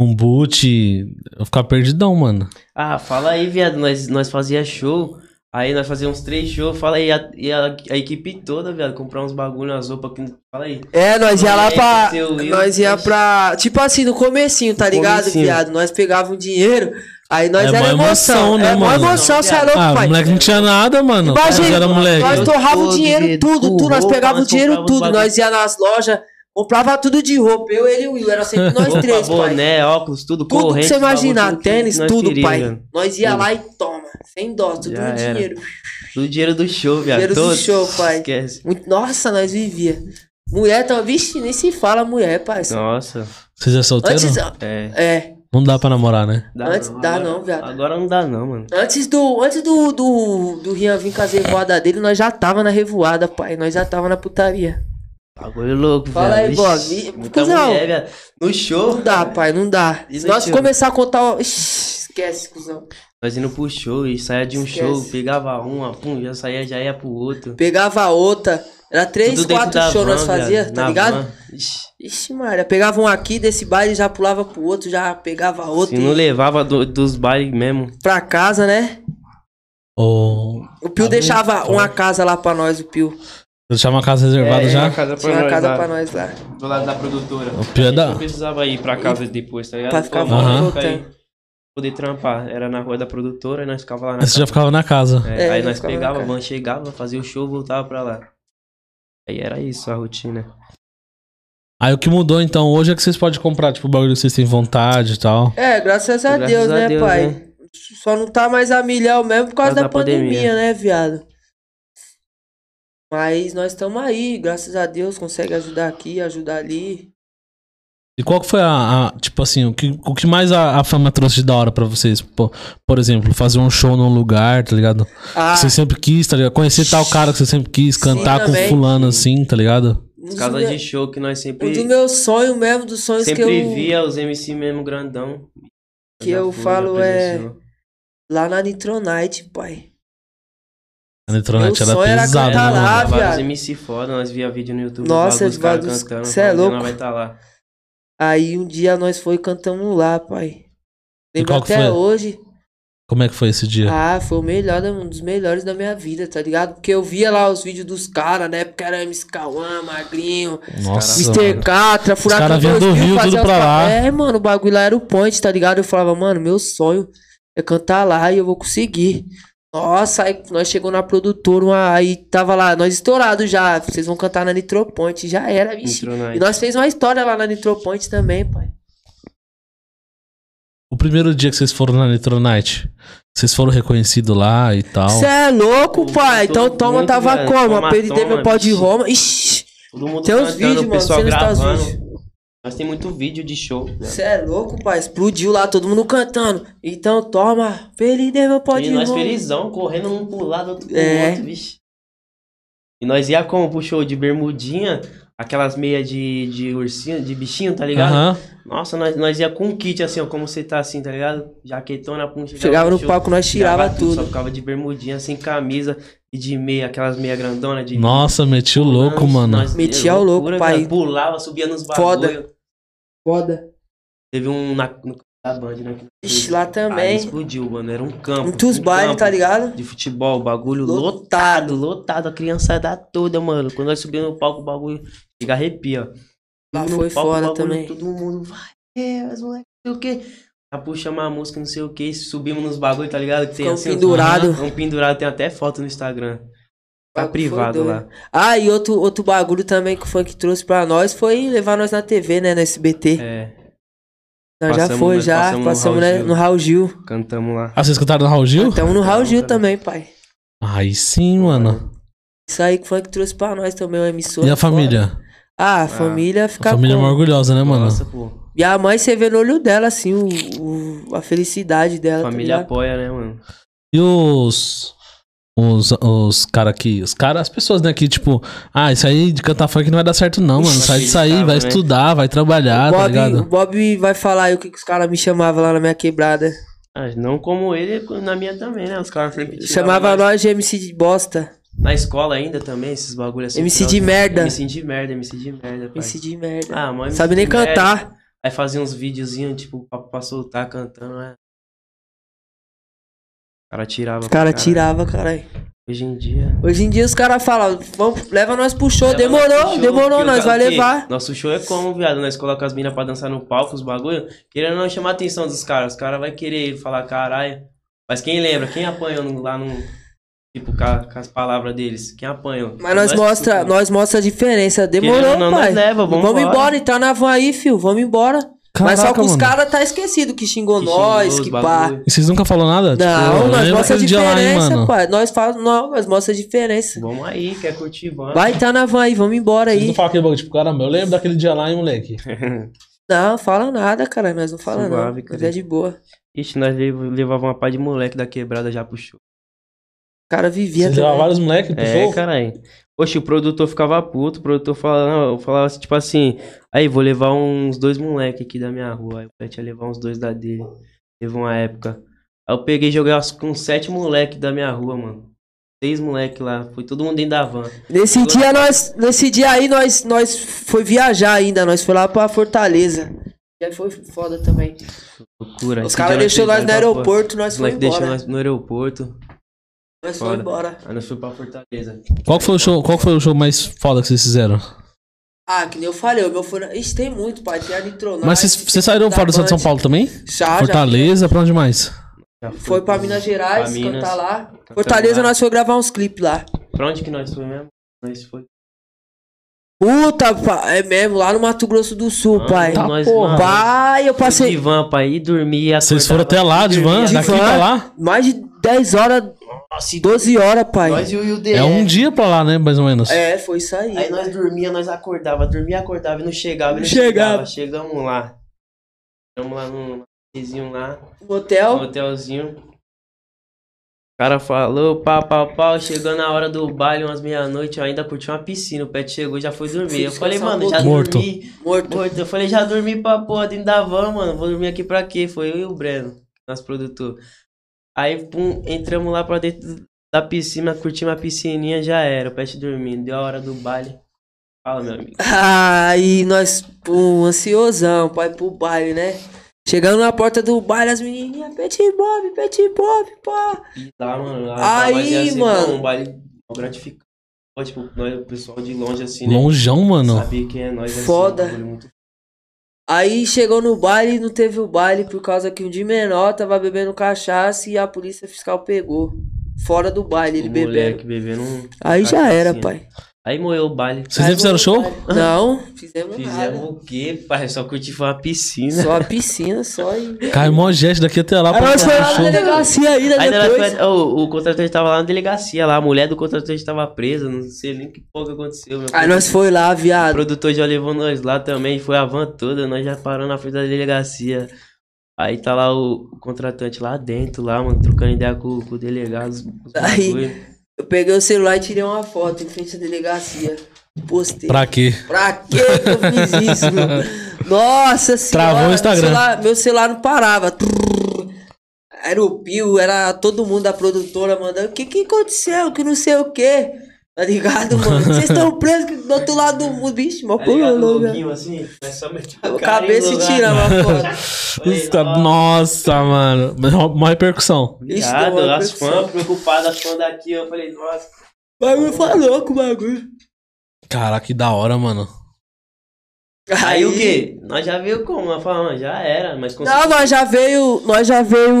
um boot. Eu vou ficar perdidão, mano.
Ah, fala aí, viado. Nós, nós fazia show. Aí nós fazia uns três shows. Fala aí, a, e a, a equipe toda, viado. Comprar uns bagulho, umas roupas. que- Fala aí.
É, nós ia lá
Moleque,
pra.
seu Will,
Nós ia
mas-
pra. Tipo assim, no comecinho, tá
No
ligado,
comecinho.
viado? Nós pegávamos dinheiro, aí nós
É
era
mó emoção,
emoção.
né,
é mó
mano?
emoção, você é louco,
ah,
pai.
o moleque não tinha nada, mano.
Imagina,
Nós era
Nós
moleque.
torrava o
Todo
dinheiro
dinheiro,
tudo, tudo, nós
roupa,
pegávamos
nós
dinheiro
comprava os
tudo.
bagulho.
Nós ia nas lojas, comprava tudo de roupa. Eu, ele e o Will, era sempre nós
Roupa,
três, pai.
boné, óculos, tudo,
Tudo
né? corrente.
que você imaginar,
bagulho, que
tênis,
nós
tudo,
queria,
pai.
viado.
Nós ia
Tudo.
lá e toma, sem dó, tudo
Já
no
era.
dinheiro.
Do dinheiro do show, viado.
Dinheiro do
Todo-
show, pai.
Esquece.
Muito- Nossa, nós vivia. Mulher, tá, vixe, nem se fala mulher, parça.
Nossa.
Vocês é solteiro?
Antes,
É.
é,
Não dá pra namorar, né?
Antes dá
agora-
não, viado.
Agora não dá não, mano.
antes do, antes do, do, do Rian vir com as revoadas dele, nós já tava na revoada, pai. Nós já tava na putaria.
Bagulho louco,
Fala aí,
viado. Ixi,
Bob. E-
Muita
cuzão.
mulher, viado. No show,
Não dá, pai, não dá.
E
Se
no
nós
tiro?
começar a contar, ó, ixi, esquece, cuzão.
nós indo pro show e saia de um
Esquece.
show, pegava uma, pum, já saía, já ia pro outro.
Pegava a outra, era três,
Tudo dentro
quatro
da
shows
van,
nós fazia,
viado,
tá
na
ligado?
van. Ixi,
Ixi, Maria, pegava um aqui desse baile, já pulava pro outro, já pegava outro
Se não
e
levava do- dos bailes mesmo.
pra casa, né?
Ou.
O Pio
Tá
deixava
bom.
uma casa lá pra nós, o Pio.
Deixar uma casa reservada
É,
já?
uma casa pra
Tinha uma
nós
casa
lá,
pra nós lá.
Do lado da produtora.
O pior
A gente
da-
Não precisava ir pra casa depois, tá ligado?
Pra ficar
Então,
Aham.
fica aí,
voltando.
Poder trampar. Era na rua da produtora e nós ficava lá na
Você já
casa.
ficava na casa.
É,
É,
aí
já
nós
ficava na
pegava, a
casa.
van chegava, fazia o show, voltava pra lá. Aí era isso a rotina.
Aí o que mudou então hoje é que vocês podem comprar, tipo, o bagulho que vocês têm vontade e tal.
É, graças a
Graças
Deus,
a
né,
Deus,
pai?
né?
Só não tá mais a milhão mesmo por causa da, pandemia, né, viado? Mas nós estamos aí, graças a Deus, consegue ajudar aqui, ajudar ali.
E qual que foi a, a- tipo assim, o que, o que mais a, a fama trouxe de da hora pra vocês? Por, por exemplo, fazer um show num lugar, tá ligado?
Ah,
Que você sempre quis, tá ligado? Conhecer tal cara que você sempre quis, cantar com
também.
fulano assim, tá ligado?
um
As
dos
casas de
meus-
show que nós sempre,
um dos meus sonhos mesmo, dos sonhos que eu.
sempre via, os MC mesmo grandão.
Que
Já
eu
fui, já
falo é-
presenciou.
Lá na Nitronite, pai.
A Netronet
Meu
era
sonho era
pesada,
cantar
né,
"Tá
mano?
lá.
Tinha vários
viado.
MC foda, nós via vídeo no YouTube.
Nossa,
vários caras
vários-
cantando.
cê é
falando,
louco.
Ela vai tá lá.
Aí um dia nós foi e cantamos lá, pai.
E
Lembro
qual que
até
foi?
hoje.
Como é que foi esse dia?
Ah, foi o melhor, da- um dos melhores da minha vida, tá ligado? Porque eu via lá os vídeos dos caras, na época era MSK1, Magrinho,
Tá Nossa.
Mr.
mano.
Catra, Furacão
caras vinham do
2000,
Rio,
fazia
tudo
os
pra lá.
ca- É, mano, o bagulho lá era o point, tá ligado? Eu falava, mano, meu sonho é cantar lá e eu vou conseguir. Nossa, aí nós chegou na produtora, uma- aí tava lá, nós estourado já, vocês vão cantar na Nitropoint, já era, bicho.
Entrou na.
E nós fez uma história lá na Nitropoint também, pai.
O primeiro dia que vocês foram na Netronet, vocês foram reconhecidos lá e tal.
Você é louco,
Pô,
pai.
tô
Então toma,
muito,
tava
velho.
como?
Toma,
Apertei meu
toma,
pau um de
bicho.
Roma. Ixi,
Todo mundo
tem uns
cantando,
vídeos,
o
mano.
pessoal
Você não está
gravando.
vendo.
Nós tem muito vídeo de show. né?
Você é louco, pai. Explodiu lá, todo mundo cantando. Então toma, perdeu meu pau
e
de
nós
Roma.
felizão, correndo um pro lado, outro pro
É.
outro, vixe. E nós ia como pro show de bermudinha, aquelas meias de, de ursinho, de bichinho, tá ligado?
Aham.
Nossa, nós, nós ia com um kit assim, ó, como você tá assim, tá ligado? Jaquetona, pum,
Chegava no
show,
palco, nós tirava
Só
tudo.
ficava de bermudinha, sem camisa e de meia, aquelas meia grandona de...
Nossa, meti o louco,
Nós-
mano.
nós-
Metia o louco,
loucura,
pai.
nós Pulava, subia nos bagulho.
Foda. Foda.
Teve um na, no- da Band, né?
Ixi, lá
Aí
também.
explodiu, mano. Era um campo.
Muitos
um
bailes,
campo
tá ligado?
De futebol, bagulho lotado,
Lotado.
lotado. A criançada toda, mano. Quando nós subimos no palco, o bagulho chega a arrepia.
Lá
No
foi
palco,
fora
bagulho,
também.
Todo mundo vai, é, mas moleque, não sei o quê. Já puxamos a música, não sei o que, subimos nos bagulho, tá ligado? Que tem
Ficamos
assim, ó,
pendurado.
Ficamos pendurado, tem até foto no Instagram. Tá
Bagulho
privado
foi
lá.
doido. Ah, e outro, outro bagulho também que o funk trouxe pra nós foi levar nós na TV, né? Na SBT.
É,
nós já
passamos,
foi,
nós
já.
passamos
Passamos,
no Raul
né,
Gil.
no Raul Gil.
cantamos lá.
Ah, vocês cantaram no Raul Gil?
Estamos no Raul Gil
também.
também, pai.
Aí sim, mano.
Isso aí que foi que trouxe pra nós também uma emissora.
E a
foda.
família?
Ah, a família
A
fica.
família é
como?
mais orgulhosa, né, mano?
Nossa, pô.
E a mãe, você vê no olho dela, assim, o, o- a felicidade dela. tá
Família
ligado?
apoia, né, mano?
E os. Os, os cara que. Os cara, as pessoas, né, que, tipo, ah, isso aí de cantar funk não vai dar certo, não, mano. Sai disso aí, vai estudar, vai trabalhar, tá
Bob, o
ligado?
Bob vai falar aí o que, que os caras me chamavam lá na minha quebrada.
Ah, não como ele, na minha também, né? Os caras sempre tiravam
Chamava
nós.
nós de MC de bosta.
Na escola ainda também, esses bagulho assim.
MC de merda.
MC de merda, MC de merda, pai.
MC de merda.
Ah, mãe,
Sabe nem
MC de merda.
cantar.
Aí fazia uns videozinhos, tipo, pra, pra soltar cantando, né? O cara tirava.
Os
pra
caras
caralho.
tiravam, caralho.
Hoje em dia.
Hoje em dia os caras falam, vamos, leva nós pro show.
Leva
demorou,
nós pro show,
demorou,
porque o
nós
cara-
vai
porque
levar.
Nosso show é como, viado? Nós colocamos as minas pra dançar no palco, os bagulho. Querendo não chamar a atenção dos caras. Os caras vai querer falar, caralho. Mas quem lembra? Quem apanha no- lá no. Tipo, ca- com, as palavras deles? Quem apanha?
Mas nós, mostra, nós mostra a diferença. Demorou,
Querendo ou não,
pai.
nós leva, vamos
vamos
embora.
embora, entrar na van aí, filho. Vamos embora. Mas só
Caraca,
que os
mano.
caras tá esquecido que xingou
Que
nós,
xingou os
que pá.
bagulho.
E vocês nunca falaram nada? Tipo,
Não,
eu
nós
lembro
mostra a
aquele dia lá, hein,
diferença, pai. Nós falamos, não, mas mostra a diferença.
Vamos aí, quer curtir, vamos.
Vai, tá na van aí, vamos embora
Vocês não
aí.
falam aquele bagulho, tipo, caramba, eu lembro daquele dia lá, hein, moleque.
Não, fala nada, cara. Nós não fala não.
Suave,
Nós
cara.
é de boa.
Ixi, nós lev- levava uma pá de moleque da quebrada já pro show.
O cara vivia
Vocês levaram
também.
vários moleques pro
É,
show?
caralho. Oxe, o produtor ficava puto, o produtor falava, falava assim, tipo assim, aí vou levar uns dois moleque aqui da minha rua. Aí o moleque ia levar uns dois da dele. Teve uma época. Aí eu peguei e joguei umas- com sete moleque da minha rua, mano. Seis moleque lá. Foi todo mundo dentro da van.
Nesse dia nós, nesse dia aí nós nós foi viajar ainda, nós foi lá pra Fortaleza. Já foi foda também.
Loucura.
Os
Esse
caras
dia
deixou
fez
nós no
pra porra.
aeroporto, nós
Os
foi
moleque deixou
embora.
nós no aeroporto.
Nós foi
fora.
embora.
Aí nós fomos pra Fortaleza.
Qual que foi o show, qual que foi o show mais foda que vocês fizeram?
Ah, que nem eu falei, o meu foi. na- Ixi, tem muito, pai. Tem a Nitronar.
Mas vocês- vocês saíram
da
fora do estado de São
Band. Ah,
Paulo também?
Já, já.
Fortaleza, pra onde mais?
Já
Foi pra Minas Gerais,
Pra Minas. Tá,
cantar lá. Fortaleza,
lá.
nós foi gravar uns clipes lá.
Pra onde que nós foi mesmo? Nós foi.
Puta, pa- é mesmo, lá no Mato Grosso do Sul,
Ah,
pai.
Tá
nós,
porra.
mano,
Pai, eu
Passei. De
passei
van, pai, e dormir. acordava,
Vocês foram até lá, de van,
dormia,
daqui
van.
pra lá?
mais de 10 horas,
Nossa, e
12 horas, pai.
Nós e o, e o DF.
É um dia pra lá, né, mais ou menos.
É, foi isso aí.
Aí nós dormia, nós acordava, dormia, acordava e não chegava. e Não chegava.
Chegava.
Chegamos lá. Chegamos lá num vizinho lá,
No
num
hotel,
hotelzinho. O cara falou, pá, pá, pá, chegando a hora do baile, umas meia-noite, eu ainda curti uma piscina, o pet chegou e já foi dormir. Eu falei,
descansar um
mano, já
pouquinho. Morto.
dormi.
morto.
Morto. Eu falei, já dormi pra porra dentro da van, mano. Vou dormir aqui pra quê? Foi eu e o Breno, nosso produtor. Aí, pum, entramos lá pra dentro da piscina, curtimos a piscininha, já era. O pet dormindo. Deu a hora do baile. Fala, meu amigo.
Aí nós, pum, ansiosão, pai, pro baile, né? Chegando na porta do baile, as menininhas, Petit Bob, Petit Bob, pá.
E lá, mano. Lá,
Aí,
lá, mas é assim,
mano.
Um baile gratificante. Tipo, nós, o pessoal de longe, assim, né?
Longeão, mano.
Saber quem é nós. assim,
Foda.
um bagulho muito
Aí chegou no baile, não teve o baile por causa que um de menor tava bebendo cachaça e a polícia fiscal pegou. Fora do baile, ele
o
bebendo.
moleque bebendo um...
Aí já
cachaçinha.
era, pai.
Aí moeu o baile.
Vocês
Aí
nem fizeram show? um
morreu o baile. Não, fizemos,
Fizemos
nada.
o quê, pai? Só curti foi uma
né?
piscina.
Só a piscina, só e.
Caiu mó gesto daqui até lá
Aí
Tá pra
nós foi
fazer
lá na
show.
né?
delegacia ainda
Ainda nós
depois.
foi- o, o contratante tava lá na delegacia, lá, a mulher do contratante tava presa, não sei nem que porra que aconteceu, meu.
Aí nós foi lá,
O
viado.
produtor já levou nós lá também, foi a van toda, nós já paramos na frente da delegacia. Aí tá lá o, o contratante lá dentro, lá, mano, trocando ideia com, com o delegado. os- os
Aí.
bagulho. Tá
Eu peguei o celular e tirei uma foto em frente à delegacia. Postei.
Pra quê?
Pra que que eu fiz isso? meu? Nossa senhora.
Travou o
meu
Instagram.
celular- meu celular não parava. Trrr. Era o Pio, era todo mundo da produtora mandando. O que que aconteceu? Que não sei o que. Tá ligado, mano? Vocês estão presos que do outro lado do mundo. Bicho, mó
Tá ligado,
pulou,
o
velho.
loguinho assim, é só meter
A
o cara né? em
cabeça e
lugar.
tirava a foto.
Falei,
Os caras-
"Nossa,
Nossa, mano. Mó mó repercussão.
Isso
viado,
deu uma
as
pressão.
fãs preocupadas, as fãs daqui, eu falei, nossa.
O bagulho foi louco, o bagulho.
Caraca, que da hora, mano.
Aí, o quê? Nós já viu como, nós falamos, "Ah, já era, mas
Não, nós já veio, nós já veio,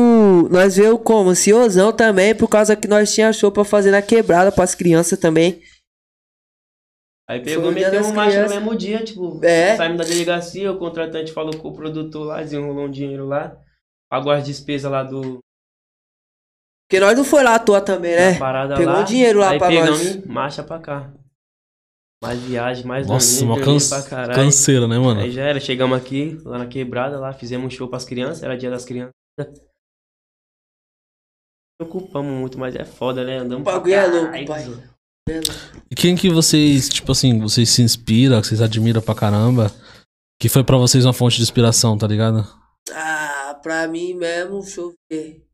nós veio como ansiosão também, por causa que nós tinha show pra fazer na quebrada pras crianças também.
Aí
Foi
pegou
o
e
dia
meteu
das
um macho no
crianças.
mesmo dia, tipo,
É.
saímos da delegacia, o contratante falou com o produtor lá, desenrolou um dinheiro lá, pagou as despesas lá do
Porque nós não foi lá à toa também,
da
né?
parada
pegou
lá.
um dinheiro lá
aí
pra
pegamos
nós.
e marcha pra cá. Mais viagem, mais
Nossa,
dormir,
uma
dormir
canse-
pra caralho.
canseira, né, mano?
Aí já era, chegamos aqui, lá na quebrada, lá, fizemos um show pras crianças, era dia das crianças. Não preocupamos muito, mas é foda, né? Andamos
O
pra
bagulho é louco,
caralho.
pai.
E quem que vocês, tipo assim, vocês se inspiram, que vocês admiram pra caramba? Que foi pra vocês uma fonte de inspiração, tá ligado?
Ah, pra mim mesmo, deixa eu ver.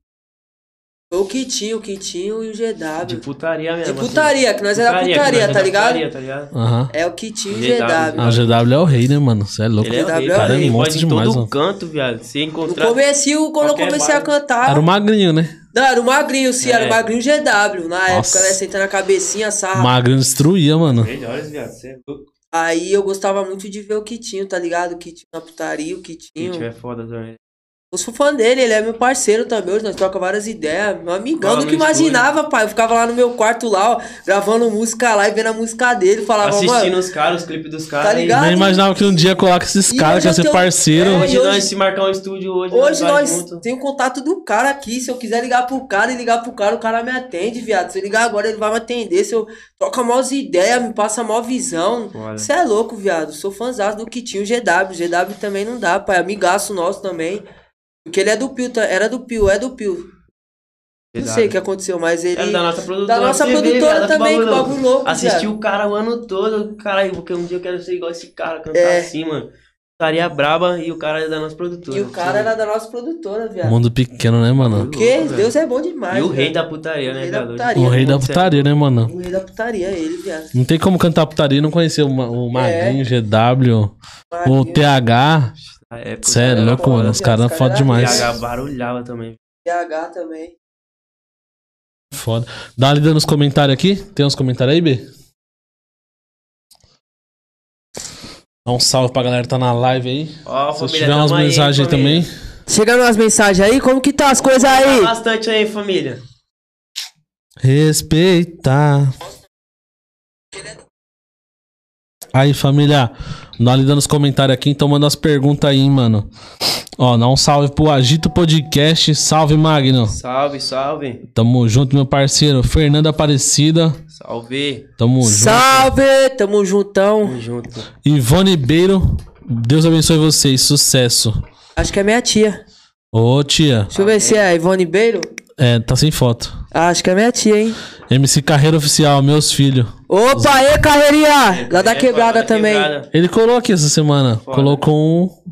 Foi o Quitinho, o Quitinho e o
De
GW.
putaria
De
mesmo. assim.
putaria, que nós é da
que nós é
putaria, tá
da
ligado?
putaria, tá ligado?
Aham.
É o Quitinho e o
GW.
Ah, o
GW.
GW é o rei, né, mano? Você é louco.
Ele é
O
rei,
GW é
cara,
rei.
ele
Monstro
pode
demais,
em todo
mano.
canto, viado. Se
No
encontrar...
comecinho, quando eu
Qualquer
comecei a
baile.
cantar.
Era o magrinho, né?
Não, era o magrinho, sim, era o
É.
magrinho GW. Na
Nossa.
época, né? Sentando a cabecinha,
O
Ah.
sarra.
magrinho destruía, mano.
Melhores, viado. Você é louco.
Aí eu gostava muito de ver o Quitinho, tá ligado? O Quitinho na putaria, o Quitinho.
Gente, é foda também.
Eu sou fã dele, ele é meu parceiro também, hoje nós trocamos várias ideias. Meu amigão,
Fala no
nunca
estúdio.
imaginava, pai. Eu ficava lá no meu quarto lá, ó, gravando música lá e vendo a música dele. Falava,
Assistindo
mano.
os caras, os clipes dos caras.
Tá
e-
ligado?
Nem imaginava que um dia coloca esses
E
caras,
hoje
que ia
eu
ser
tenho-
parceiro.
É,
Hoje,
hoje-
nós se marcar um estúdio hoje,
Hoje
vai
nós
junto.
tem o contato do cara aqui. Se eu quiser ligar pro cara e ligar pro cara, o cara me atende, viado. Se eu ligar agora, ele vai me atender. Se eu troca mó ideias, me passa mó visão.
Foda.
Você é louco, viado. Sou fãzado do Quitinho GW. GW também não dá, pai. Amigaço nosso também. Porque ele é do Pio, tá? era do Pio, é do Pio. Não sei o que aconteceu, mas ele.
É da nossa
Da
produtora.
nossa
Você vê,
produtora
viado,
também, que
louco.
bagulho louco,
Assisti
viado.
o cara o ano todo. Caralho, porque um dia eu quero ser igual esse cara, cantar
É.
assim, mano. Estaria braba e o cara é da nossa produtora.
E o cara era da nossa produtora, viado.
Mundo pequeno, né, mano?
Porque
louco, velho.
Deus é bom demais.
E o rei
velho.
da putaria,
O
né,
rei da
viado?
putaria. é
O rei da
Muito sério.
putaria, né, mano?
O rei da putaria, é ele, viado.
Não tem como cantar putaria e não conhecer o, Ma- o
É.
Magrinho, GW, o TH.
Na época,
Cê é
era
louco,
foda. é
mano. Os caras
Os caras
foda
eram
E
demais.
a barulhava também.
TH também.
Foda. Dá uma lida nos comentários aqui. Tem uns comentários aí, B? Dá um salve pra galera que tá na live aí.
Ó,
Se
família,
tiver umas
tamo aí,
mensagens aí
família.
também.
Chegando umas mensagens aí, como que tá as coisas
Tá
aí?
bastante aí, família.
Respeitar. Aí, família. Dá uma lida nos comentários aqui, então manda as perguntas aí, mano. Ó, dá um salve pro Agito Podcast. Salve, Magno.
Salve, salve.
Tamo junto, meu parceiro. Fernando Aparecida.
Salve.
Tamo junto.
Salve! Tamo juntão.
Tamo junto.
Ivone Beiro. Deus abençoe vocês. Sucesso.
Acho que é minha tia.
Ô, tia.
Deixa eu ver se é a Ivone Beiro.
É, tá sem foto.
Ah, acho que é minha tia, hein?
MC Carreira Oficial, meus filhos.
Opa, aê, carreirinha! Lá da
É,
quebrada
da
também.
quebrada.
Ele colou aqui essa semana.
Foda.
Colocou um.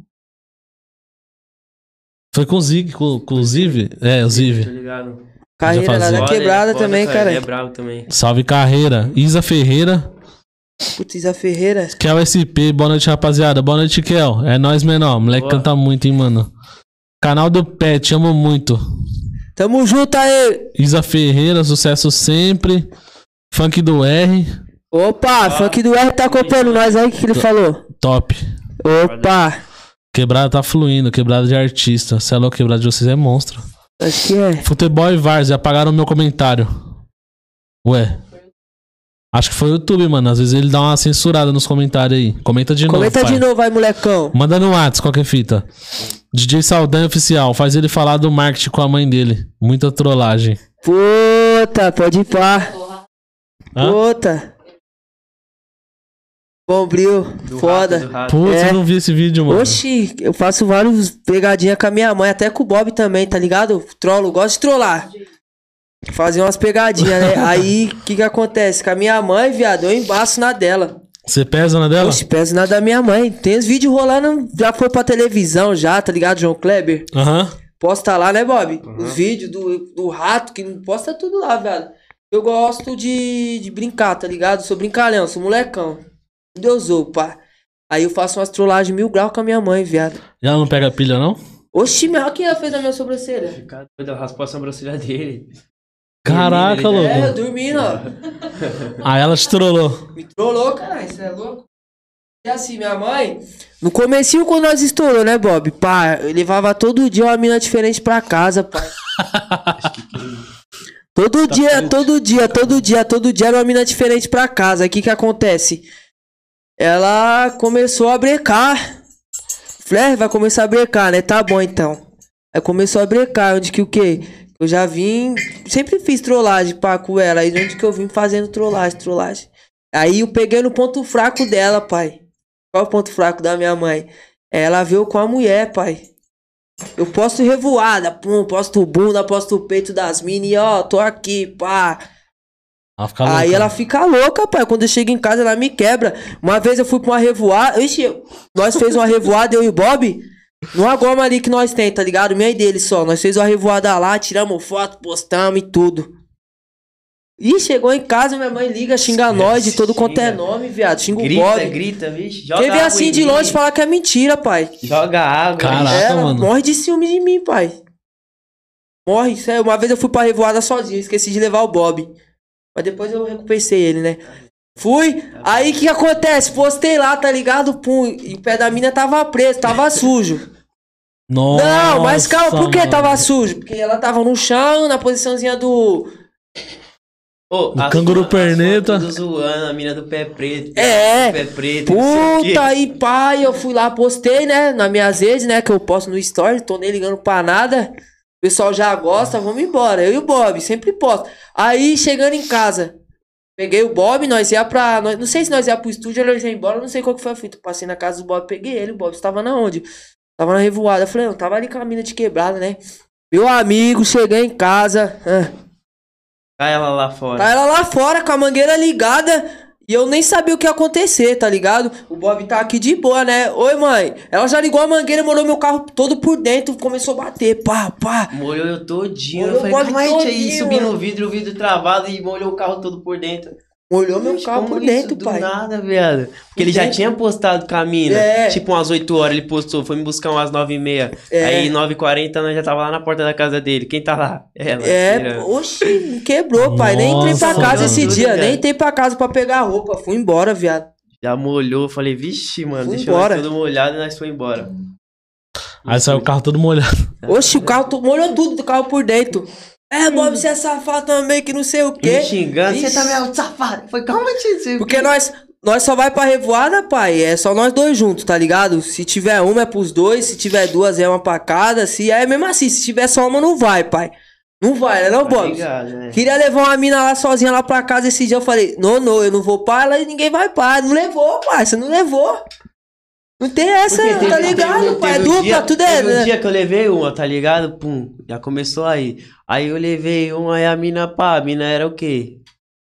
Foi com o Zig, com, com o Ziv? É, o
Tô
Ziv.
ligado.
Carreira lá
fazia.
da
Foda,
quebrada
foda,
também,
Ele É
cara.
brabo também.
Salve Carreira. Isa Ferreira.
Putz, Isa Ferreira.
Kel SP. Boa noite, rapaziada. Boa noite, Kel. É nóis, menor. Moleque
Boa.
canta muito, hein, mano. Canal do Pet, amo muito.
Tamo junto aí!
Isa Ferreira, sucesso sempre. Funk do R,
Opa, funk do R tá acompanhando nós aí, o que, que ele falou?
top.
Opa,
Quebrada tá fluindo, quebrada de artista. Cê é louco, quebrada de vocês é monstro.
acho que é.
Futebol e Vars, apagaram o meu comentário. Ué. Acho que foi o YouTube, mano. Às vezes ele dá uma censurada nos comentários aí. Comenta de
Comenta
novo.
de
pai.
novo aí, molecão.
Manda no Whats, qualquer fita. DJ Saldanha Oficial, faz ele falar do marketing com a mãe dele. Muita trollagem.
Puta, pode ir pá.
Hã?
Puta. Bombril,
Do
foda.
rato, do rato.
Putz,
É.
eu não vi esse vídeo, mano.
Oxi, eu faço vários pegadinhas com a minha mãe, até com o Bob também, tá ligado? Trolo, gosto de trollar. Fazer umas pegadinhas, né? Aí, o que que acontece? Com a minha mãe, viado, eu embaço na dela.
Você pesa na dela?
Oxi, peso na da minha mãe. Tem os vídeos rolando, já foi pra televisão já, tá ligado, João Kleber?
Aham.
Posta lá, né, Bob? Os vídeos do, do rato, que não posta tudo lá, velho. Eu gosto de, de brincar, tá ligado? Sou brincalhão, sou molecão. Deus ou, pá. Aí eu faço umas trollagens mil graus com a minha mãe, viado.
E ela não pega pilha, não?
Oxi, meu, olha quem ela fez na minha sobrancelha?
Fica doido, raspou a sobrancelha dele.
Caraca, louco.
É, eu dormindo, ó.
Aí ela te trollou.
Me trollou, caralho, você é louco? E assim, minha mãe... No comecinho, quando nós estourou, né, Bob? Pá, eu levava todo dia uma mina diferente pra casa, pá. Todo dia, todo dia, todo dia, todo dia era uma mina diferente pra casa. Aí o que que acontece? Ela começou a brecar. Falei, "É, vai começar a brecar, né? Tá bom então. Aí começou a brecar, onde que o quê? Eu já vim, sempre fiz trollagem pá, com ela, aí onde que eu vim fazendo trollagem, trollagem. Aí eu peguei no ponto fraco dela, pai. Qual é o ponto fraco da minha mãe? Ela veio com a mulher, pai. Eu posto revoada, pum, posto bunda, posto o peito das mini, ó, tô aqui, pá.
Ela
Tá
fica louca.
Aí ela fica louca, pai. Quando eu chego em casa, ela me quebra. Uma vez eu fui pra uma revoada. Ixi, eu- nós fez uma revoada, eu e o Bob. Numa goma ali que nós tem, tá ligado? Minha e dele só. Nós fez uma revoada lá, tiramos foto, postamos e tudo. E chegou em casa, minha mãe liga, xinga nós de todo quanto é
Xinga.
nome, viado. Xinga o
Grita,
Bob.
grita, vixe. Joga
Teve
água
assim
em
de
mim,
longe falar que é mentira, pai.
Joga água.
Caraca,
vixe.
Ela
mano.
morre de ciúme de mim, pai. Morre, sério. Uma vez eu fui pra revoada sozinho, esqueci de levar o Bob. Mas depois eu recompensei ele, né? Fui, aí o que que acontece? Postei lá, tá ligado? Pum, e o pé da mina tava preso, tava sujo.
Nossa,
Não, mas calma, por que
mano.
tava sujo? Porque ela tava no chão, na posiçãozinha do.
Ô,
O
a
canguru
sua- a sua
perneta.
tudo zoando, a mina do pé preto.
É.
do Pé preto. não sei o quê.
Puta aí, pai, eu fui lá, postei, né? Na minhas redes, né? Que eu posto no story, tô nem ligando pra nada. O pessoal já gosta, vamos embora. Eu e o Bob, sempre posto. Aí, chegando em casa, peguei o Bob, nós ia pra. nós- não sei se nós ia pro estúdio ou nós ia embora, não sei qual que foi a fita. Passei na casa do Bob, peguei ele, o Bob estava na onde? Tava na revoada. Eu falei, eu tava ali com a mina de quebrada, né? Meu amigo, cheguei em casa. ah,
Tá ela lá fora.
Tá ela lá fora com a mangueira ligada e eu nem sabia o que ia acontecer, tá ligado? O Bob tá aqui de boa, né? Oi, mãe. Ela já ligou a mangueira, molhou meu carro todo por dentro, começou a bater, pá, pá.
Molhou eu todinho.
Molhou
eu
o
falei,
bode
como é que é
todinho,
isso? Subi no
mano.
vidro, o vidro travado e molhou o carro todo por dentro.
Molhou meu
Gente,
carro
como
por
isso
dentro,
do
pai.
nada, viado. Porque ele já
dentro.
tinha postado com a mina.
É.
Tipo, umas 8 horas ele postou. Foi me buscar umas 9 e meia.
É.
Aí, 9 e 40 nós já tava lá na porta da casa dele. Quem tá lá? Ela.
É,
tirando.
oxi, me quebrou, pai. nem entrei pra
Nossa,
casa
mano.
esse dia,
Tudo,
nem
cara.
entrei pra casa pra pegar roupa. Fui embora, viado.
Já molhou. eu Falei, vixe, mano,
Fui
deixou nós
embora.
tudo molhado e nós foi embora.
Aí saiu o carro todo molhado.
Oxi, o carro to- molhou tudo do carro por dentro. É,
Hum.
Bob, você é safado também, que não sei o
Me
quê.
xingando. Você
Ixi.
tá meio safado. Foi calma, tio.
Porque nós, nós só vai pra revoada, pai. É só nós dois juntos, tá ligado? Se tiver uma é pros dois, se tiver duas é uma pra cada. Se é mesmo assim, se tiver só uma, não vai, pai. Não vai, né, não, Bob?
Obrigado, né?
Queria levar uma mina lá sozinha lá pra casa esse dia. Eu falei, não, não, eu não vou pra ela e ninguém vai pra. Não levou, pai. Você não levou. Não tem essa,
Porque
tá
teve-
ligado,
teve-
pai?
teve um
Dupla,
dia-
tudo é.
Teve um
né?
dia que eu levei uma, tá ligado? Pum, já começou aí. Aí eu levei uma e a mina, pá, a mina era o quê?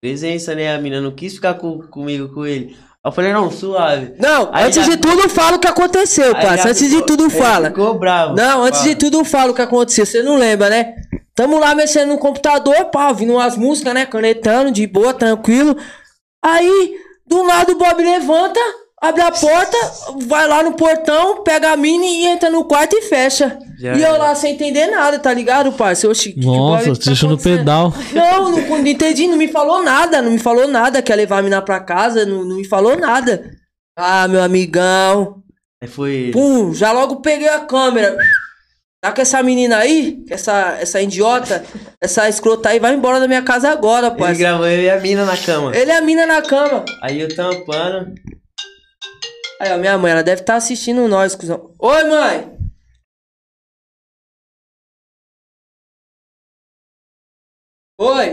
Presença, né? A mina não quis ficar com, comigo, com ele. Aí Eu falei, não, suave.
Não,
Aí
antes
já-
de tudo, fala o que aconteceu,
Aí
pai.
já
Antes de
ficou- É,
tudo,
ele
fala.
Ficou bravo.
Não, antes
Pá.
de tudo eu falo o que aconteceu, você não lembra, né? Tamo lá mexendo no computador, pá, ouvindo umas músicas, né? Canetando, de boa, tranquilo. Aí, do lado o Bob levanta, abre a porta, vai lá no portão, pega a mini e entra no quarto e fecha.
Já
e eu
era.
lá sem entender nada, tá ligado, parceiro? Oxi, que que
Nossa,
Bob
te deixou no
Tipo, tá acontecendo?
pedal.
Não, não, não entendi, não me falou nada, não me falou nada, quer levar a mina pra casa, não, não me falou nada. Ah, meu amigão,
Aí foi ele.
Pum, já logo peguei a câmera. Tá com essa menina aí, com essa, essa idiota, essa escrota aí, vai embora da minha casa agora,
Ele
pai. Ele,
gravou eu e a mina na cama.
é a mina na cama.
Aí eu tampando.
Aí, ó, minha mãe, ela deve estar assistindo nós, cuzão. Oi, mãe! Oi!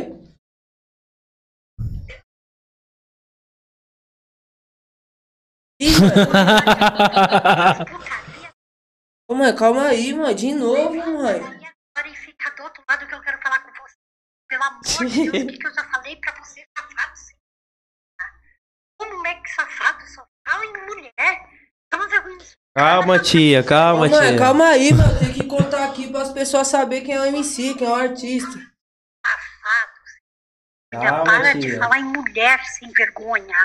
Ih, mãe. tá Ô, mãe, calma aí, mãe, de novo, mãe.
Agora e fica do outro lado que eu quero falar com você. Pelo amor de Deus, o que, que eu já falei pra você, safado? sem vergonha? Um moleque safado só fala em mulher. Toma vergonha disso.
Calma, tia, calma,
Ô, mãe,
tia.
calma aí, mano. Tem que contar aqui para as pessoas saberem quem é o MC, quem é o artista.
Filha, para de falar em mulher sem vergonha.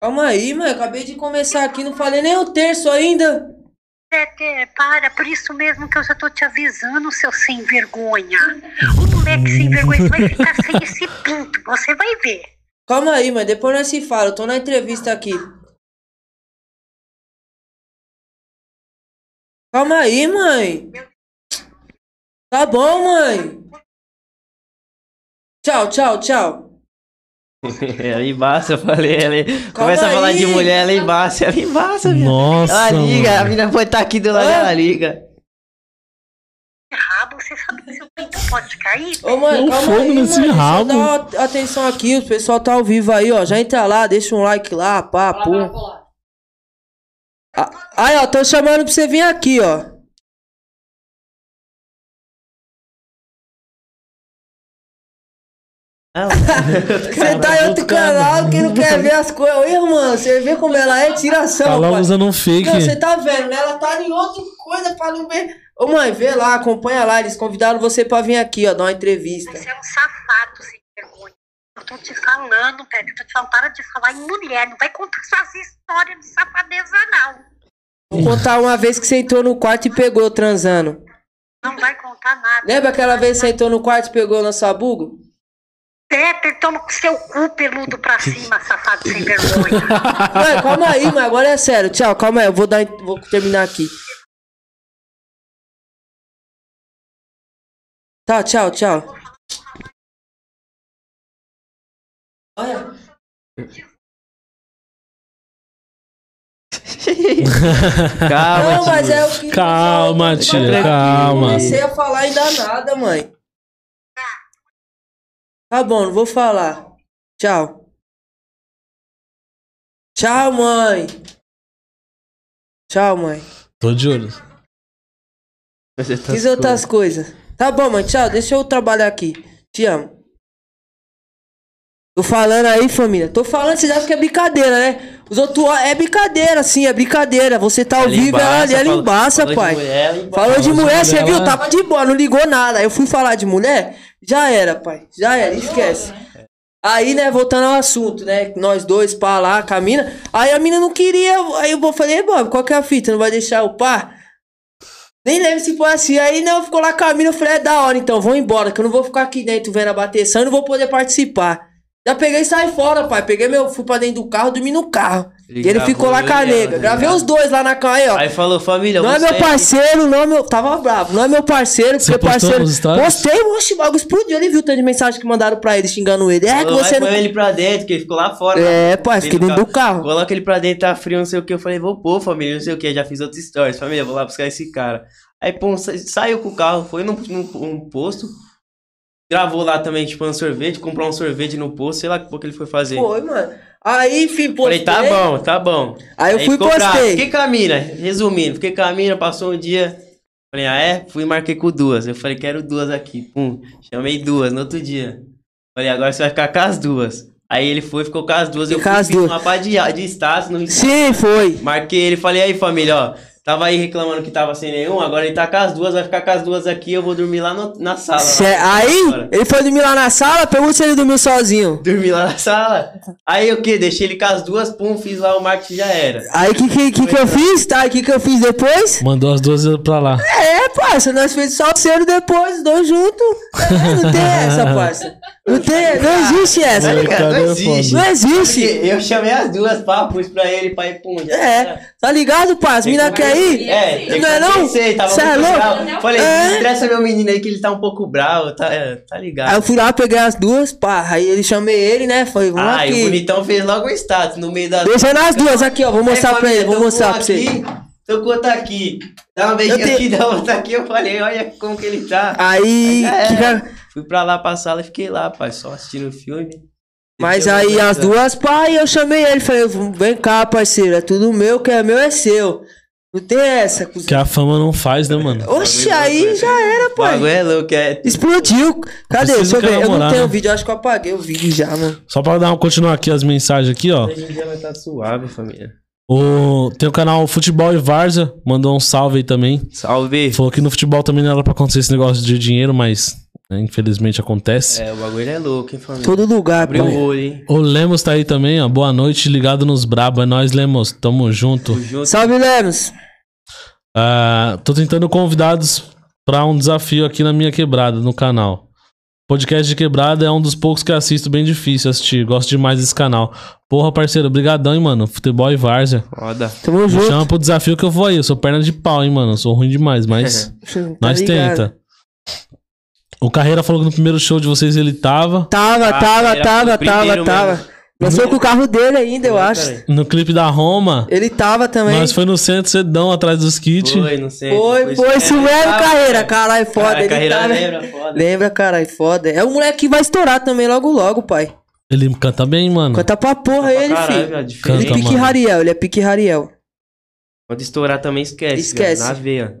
Calma aí, mano. Acabei de começar aqui, não falei nem um terço ainda.
É, é, para, por isso mesmo que eu já tô te avisando, seu sem vergonha. Um moleque sem vergonha você vai ficar sem esse pinto, você vai ver.
Calma aí, mano. Depois nós se fala. Eu tô na entrevista aqui. Calma aí, mãe. Tá bom, mãe. Tchau, tchau, tchau.
Ela embaça, É, eu falei. Ela... Começa a falar
aí.
de mulher, ela embaça, ela embaça, viado.
Nossa.
Ela liga, a tá
mano.
menina foi estar aqui do lado,
Ah.
ela liga.
rabo, tá? você sabe que seu pinto pode cair?
Ô, mano,
Deu
calma
fogo
aí,
nesse
mano.
rabo.
Só dá uma atenção aqui, o pessoal tá ao vivo aí, ó. Já entra lá, deixa um like lá, pá, pô. Ah, Aí, ó, tô chamando pra você vir aqui, ó. Você tá em outro canal que não quer ver as coisas. Ô, irmã, você vê como ela é tiração,
Tá logo
pai.
usando um fake.
Não, você tá vendo, né? Ela tá em outra coisa pra não ver. Ô, mãe, vê lá, acompanha lá. Eles convidaram você pra vir aqui, ó, dar uma entrevista.
Você é um safado sem vergonha. Eu tô te falando, Pedro. Eu tô te falando, para de falar em mulher. Não vai contar suas histórias de safadeza, não.
Vou contar uma vez que você entrou no quarto e pegou transando.
Não vai contar nada.
Lembra aquela vez que você entrou no quarto e pegou no sabugo?
Peter, toma com seu cu peludo pra cima, safado sem vergonha.
Mãe, calma aí, mãe. Agora é sério. Tchau, calma aí. Eu vou, dar, vou terminar aqui. Tá, tchau, tchau. Olha.
Calma,
Não, mas
tio.
é o que.
Calma, tia,
tranquilo.
Eu
calma.
comecei a falar ainda nada, mãe. Tá bom, não vou falar. Tchau. Tchau, mãe. Tchau, mãe.
Tô de olho.
Você tá
Fiz outras coisas. Tá bom, mãe. Tchau. Deixa eu trabalhar aqui. Te amo. Tô falando aí, família. Tô falando, vocês acham que é brincadeira, né? Os outros. É brincadeira, sim, é brincadeira. Você tá ao
Ela
vivo, ela
embaça,
ali, ela
falou-
embaça,
falou de
pai.
mulher, ela embaça.
Falou de
Falou de
mulher,
mulher,
você viu?
ela-
Tava de boa, não ligou nada. Eu fui falar de mulher, já era, pai. Já era, esquece. Aí, né, voltando ao assunto, né? Nós dois, pá lá, com a mina. Aí a mina não queria. Aí eu falei, "Ei, Bob, qual que é a fita? Não vai deixar o pá? Nem lembro se foi assim. Aí não, ficou lá com a mina. Eu falei, é da hora, então, vou embora, que eu não vou ficar aqui dentro vendo a bateção e não vou poder participar. Já peguei e saí fora, pai. Peguei meu. Fui pra dentro do carro, dormi no carro.
Ele
e ele
gravou
ficou lá
eu
com a
e ela,
nega.
tá
Gravei
ligado?
os dois lá na cama. Aí, ó.
Aí falou, família, eu
Não
vou
é meu
sair.
parceiro, não é meu. Tava bravo, não é meu parceiro,
Você
porque
postou
parceiro.
nos stories?
Postei, oxe, o bagulho explodiu. Ele viu o tanto de mensagem que mandaram pra ele xingando ele. É que
Falou,
você
vai,
não.
põe ele pra dentro, que ele ficou lá fora.
É,
né?
pai, fiquei
Ele
dentro
tá-
do carro.
Coloca ele pra dentro, tá frio, não sei o que. Eu falei, vou pôr, família, não sei o que. Já fiz outros stories. Família, vou lá buscar esse cara. Aí, pô, sa- saiu com o carro, foi num, num, num posto. Gravou lá também, tipo, um sorvete, comprar um sorvete no posto, sei lá o que ele foi fazer.
Foi, mano. Aí, enfim,
Falei,
postei.
tá bom, tá bom.
Aí eu fui e
ficou bravo.
postei.
Fiquei com a mina, resumindo, fiquei com a mina, passou um dia. Falei, ah é? Fui e marquei com duas. Eu falei, quero duas aqui. Pum, chamei duas no outro dia. Falei, agora você vai ficar com as duas. Aí ele foi, ficou com as duas. Eu
Ficar
fui,
as
fiz
duas.
uma pá de, de status no
Sim, foi.
Marquei ele, falei, aí família, ó. Tava aí reclamando que tava sem nenhum, agora ele tá com as duas, vai ficar com as duas aqui, eu vou dormir lá no- na sala. lá.
Cê- é- Aí,
Tá Agora.
ele foi dormir lá na sala, pergunta se ele dormiu sozinho.
Dormi lá na sala. Aí o que? Deixei ele com as duas, pum, fiz lá o marketing já era.
Aí, o que, que, que, que eu fiz? Tá, o que, que eu fiz depois?
Mandou as duas pra lá.
É, parça, nós fez só o cero depois, os dois juntos. É, não tem essa, parça. Não, tem, não existe
Tá
essa.
ligado?
cara,
Não
é
existe.
Não existe.
Porque eu chamei as duas papos pra ele, pai, pum. já era.
É, tá ligado, pá? As mina quer ir?
É, tem que
Não é não?
acontecer, tava
Cê é
muito
louco?
bravo. Falei, "Hum."
É.
estressa meu menino aí que ele tá um pouco bravo, tá, é, tá
Aí
ligado.
eu fui lá, peguei as duas, pá. Aí ele chamei ele, né? Falei, vamos
Ah, e o
aqui.
bonitão fez logo um status no meio das
Deixando as duas aqui, ó. Vou mostrar
Aí,
pra ele,
família,
vou
tô
mostrar
com
pra você.
é aqui, Tô com outra aqui. Dá uma beijinha
Eu te-
aqui, dá outra aqui. Eu falei, olha como que ele tá.
Aí.
É.
que que-
Fui pra lá pra sala e fiquei lá, pai, só assistindo o filme.
Mas
Deixa eu
aí
ver
as
outra.
duas, pá, e eu chamei ele. Falei, vem cá, parceiro, é tudo meu, que é meu é seu. Não tem essa. cuzão.
Que a fama não faz, né,
Tá
mano?
Oxi,
Bagulho
aí
louco,
já era,
O bagulho
pai.
é louco, é.
Explodiu. Cadê? Deixa
Preciso
eu ver. Eu não
namorar,
tenho o
né?
vídeo, eu acho que eu apaguei o vídeo já, mano.
Só pra dar uma, continuar aqui as mensagens aqui, ó.
Hoje em dia vai tá suave, família.
O, tem o canal Futebol e Várzea, mandou um salve aí também.
Salve.
Falou que no futebol também não era pra acontecer esse negócio de dinheiro, mas né, infelizmente acontece.
É, o bagulho é louco, hein, família.
Todo lugar,
Abriu o
pai.
olho, hein.
O Lemos tá aí também, ó. Boa noite, ligado nos brabo. É nóis, Lemos. Tamo junto.
Tô junto.
Salve, Lemos.
Ah, tô tentando convidados pra um desafio aqui na minha quebrada, no canal. Podcast de quebrada é um dos poucos que assisto, bem difícil assistir. Gosto demais desse canal. Porra, parceiro, brigadão, hein, mano. Futebol e várzea.
Foda.
Tamo
Me
junto.
chama pro desafio que eu vou aí. Eu sou perna de pau, hein, mano. Eu sou ruim demais, mas
Tá
nós
ligado?
tenta. O Carreira falou que no primeiro show de vocês ele tava.
Tava,
Ah,
tava,
era
tava,
o primeiro
tava, tava.
mesmo.
Lançou com o carro dele ainda, eu acho.
Caralho.
No clipe da Roma,
Ele tava também.
nós foi no centro, cedão, atrás dos kits.
Foi, não sei. é,
Foi, foi, isso mesmo, carreira. Caralho, foda.
Caralho,
ele
É,
tá, né?
Carreira
tava-
lembra, foda.
Lembra, caralho, foda. É um moleque que vai estourar também logo logo, pai.
Ele canta bem, mano.
Canta pra porra
Pra
ele,
caralho, é
filho.
Hum.
viado,
Canta,
Ele
diferente.
Então,
pique
mano.
Rariel, ele é pique Rariel.
Quando estourar também esquece.
Esquece.
viado, na veia.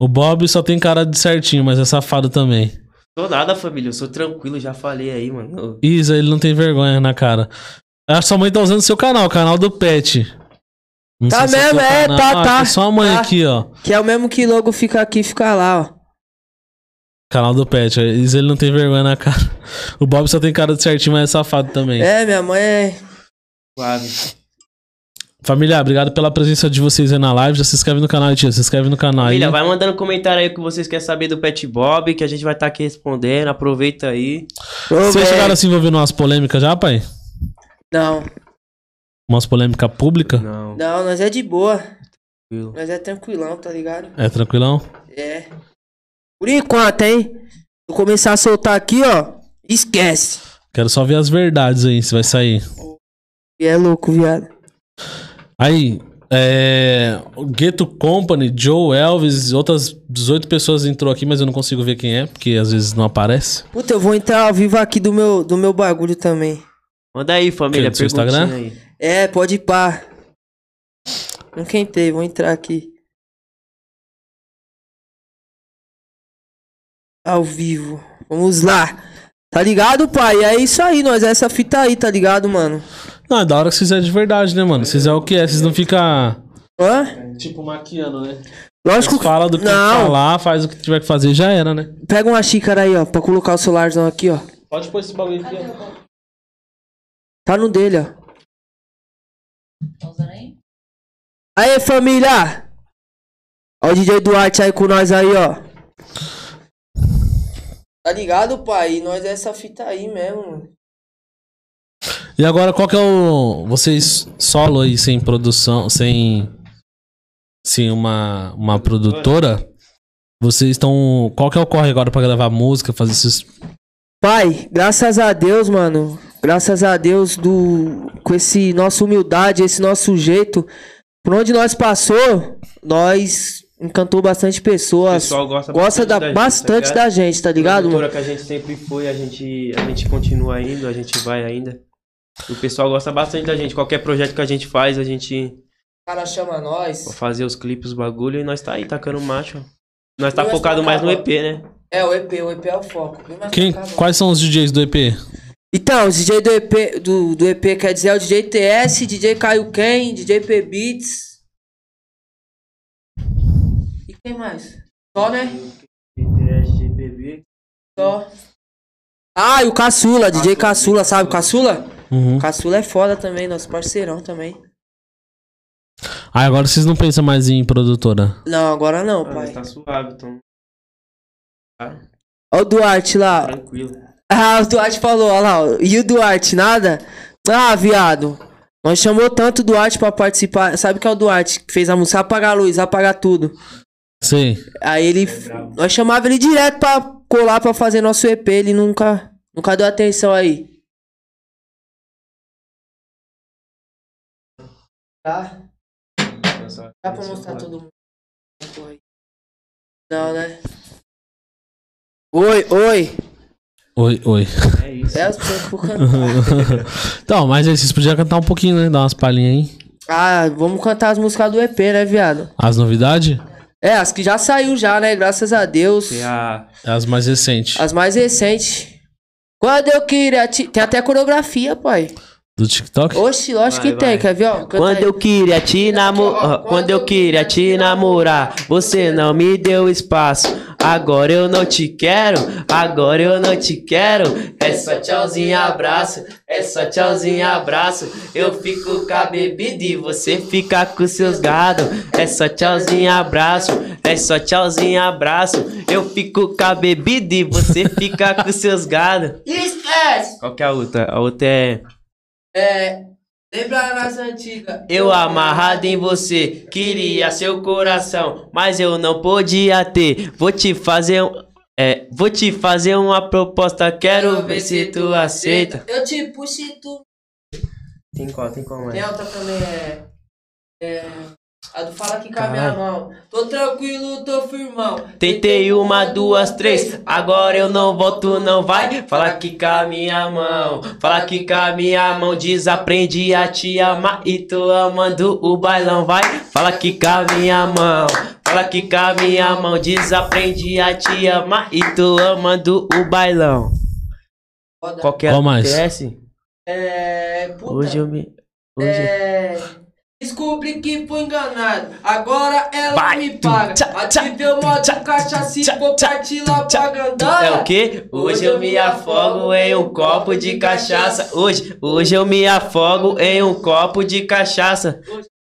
O Bob só tem cara de certinho, mas é safado também.
Tô nada, família. Eu sou tranquilo, já falei aí, mano.
Isa, ele não tem vergonha na cara. A sua mãe tá usando seu canal, o canal do Pet. Não
Tá
sei se
mesmo,
seu
é,
canal-
tá,
Ah,
tá,
tem Sua mãe
tá.
aqui, ó.
Que é o mesmo que logo fica aqui, fica lá, ó.
Canal do Pet. A Isa, ele não tem vergonha na cara. O Bob só tem cara de certinho, mas é safado também.
É, minha mãe é.
Suave.
Família, obrigado pela presença de vocês aí na live. Já se inscreve no canal, tia. Se inscreve no canal aí.
Família, vai mandando comentário aí o que vocês querem saber do Pet Bob, que a gente vai estar aqui respondendo. Aproveita aí.
Ô,
Vocês
velho.
chegaram a se envolver em umas polêmicas já, pai?
Não,
Umas polêmicas públicas?
Não,
não, nós é de boa.
tranquilo.
Nós é tranquilão, tá ligado?
É, tranquilão?
É. Por enquanto, hein? Vou começar a soltar aqui, ó. Esquece.
Quero só ver as verdades aí, se vai sair.
E é louco, viado.
Aí, é... o Gueto Company, Joe Elvis, outras 18 pessoas entrou aqui, mas eu não consigo ver quem é, porque às vezes não aparece.
Puta, eu vou entrar ao vivo aqui do meu, do meu bagulho também.
Manda aí, família.
Que, do seu
Perguntinha
Instagram?
aí.
É, pode ir pá. Nunca entrei, vou entrar aqui. Ao vivo. Vamos lá. Tá ligado, pai? É isso aí, nós. É essa fita aí, tá ligado, mano?
Não, é da hora que vocês é de verdade, né, mano? Vocês é o que é, vocês não ficam...
Hã?
Tipo, maquiando, né?
Lógico
Vocês
que.
falam do que
Não.
falar, faz o que tiver que fazer e já era, né?
Pega uma xícara aí, ó, pra colocar o celularzão aqui, ó.
Pode pôr esse bagulho aqui, ó.
Tá no dele, ó. Aê, família! Ó o DJ Duarte aí com nós aí, ó. Tá ligado, pai? Nós é essa fita aí mesmo, mano.
E agora, qual que é o. Vocês solo aí, sem produção, sem. Sem uma, uma produtora? Vocês estão. Qual que é o corre agora pra gravar música, fazer esses.
Pai, graças a Deus, mano. Graças a Deus do com esse nossa humildade, esse nosso jeito, por onde nós passou, nós encantou bastante
O
pessoas.
pessoal gosta,
Gosta da,
gente,
bastante
tá
da gente, tá ligado, mano?
Produtora que a gente sempre foi, a gente, a gente continua indo, a gente vai ainda. O pessoal gosta bastante da gente. Qualquer projeto que a gente faz, a gente
O cara chama nós.
vai fazer os clipes, os bagulho, e nós tá aí, tacando macho. Nós tá
Nós
focado
tá
mais no EP,
acabando.
né?
É, o EP, o EP é o foco.
Quem, quais são os DJs do EP?
Então, os DJ do EP, do, do EP quer dizer é o DJ TS, DJ Caio Ken, DJ P Beats. E quem mais? Só, né?
é
Só. Ah, e o Caçula, DJ Caçula, sabe? o Caçula?
Uhum.
O Caçula é foda também, nosso parceirão também.
Ah, agora vocês não pensam mais em produtora.
Não, agora não,
Ah, nós
pai.
tá suave, então. Tá
Ó o Duarte lá. ó.
tranquilo.
Ah, o Duarte falou, olha lá. ó. E o Duarte, nada? Ah, viado. Nós chamou tanto o Duarte pra participar. Sabe que é o Duarte que fez a música Apagar a Luz, Apagar Tudo.
Sei.
Aí ele. Nós chamava ele direto pra colar pra fazer nosso EP. Ele nunca. Nunca deu atenção aí. Tá?
é
Dá pra mostrar todo mundo. Oi. Não, né? Oi, oi.
Oi, oi.
É isso.
É as pessoas por cantar.
então, mas aí, vocês podiam cantar um pouquinho, né? Dar umas palhinhas aí.
Ah, vamos cantar as músicas do EP, né, viado?
As novidades?
É, as que já saiu já, né? Graças a Deus.
Tem a
As mais recentes.
As mais recentes. Quando eu queria te... Tem até coreografia, pai.
Do TikTok?
Oxi, lógico
Vai,
que tem,
vai.
quer ver? Ó, Canta
Quando
aí.
eu queria te namorar, quando eu queria te namorar, você não me deu espaço. Agora eu não te quero, agora eu não te quero. É só tchauzinho abraço, é só tchauzinho abraço. Eu fico com a bebida e você fica com seus gados. É só tchauzinho abraço, é só tchauzinho abraço. Eu fico com a bebida e você fica com seus gados.
Esquece!
Qual que é a outra? A outra é
É. Lembra nas antigas?
Eu amarrado em você, queria seu coração, mas eu não podia ter. Vou te fazer um. É, vou te fazer uma proposta, quero ver se tu aceita.
Eu te puxo e tu
Tem qual, tem qual mais?
Tem Né, outra também, é. é, a do Fala que
Caralho.
caminha mal. Tô tranquilo, tô firmão.
Tentei uma, duas, três, agora eu não volto, não vai. Fala que com a minha mão, fala que com a minha mão, desaprendi a te amar e tô amando o bailão, vai. Fala que com a minha mão, fala que com a minha mão, desaprendi a te amar e tô amando o bailão.
Foda.
Qual que é?
Qual mais?
Acontece?
É. Puta.
Hoje eu me. Hoje...
É. Descobri que fui enganado. Agora ela
Vai,
me
tum,
paga.
tchá,
Ativei o
tchá,
modo cachaça e
tchá,
vou
tchá,
partir
tum,
lá
tchá,
pra
É
Gandara.
o quê? Hoje eu me afogo em um copo de cachaça. Hoje, hoje eu me afogo em um copo de cachaça.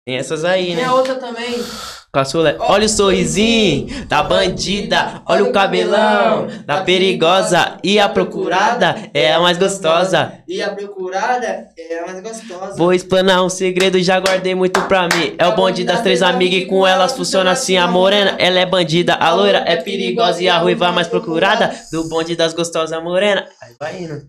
Tem essas aí,
Tem
né?
a outra também.
Caçula, olha o sorrisinho da bandida, olha o cabelão da perigosa e a procurada é a mais gostosa.
E a procurada é a mais gostosa.
Vou explanar um segredo, já guardei muito pra mim. É o bonde das três amigas e com elas funciona assim. A morena, ela é bandida, a loira é perigosa e a ruiva mais procurada do bonde das gostosas morena. Aí vai indo.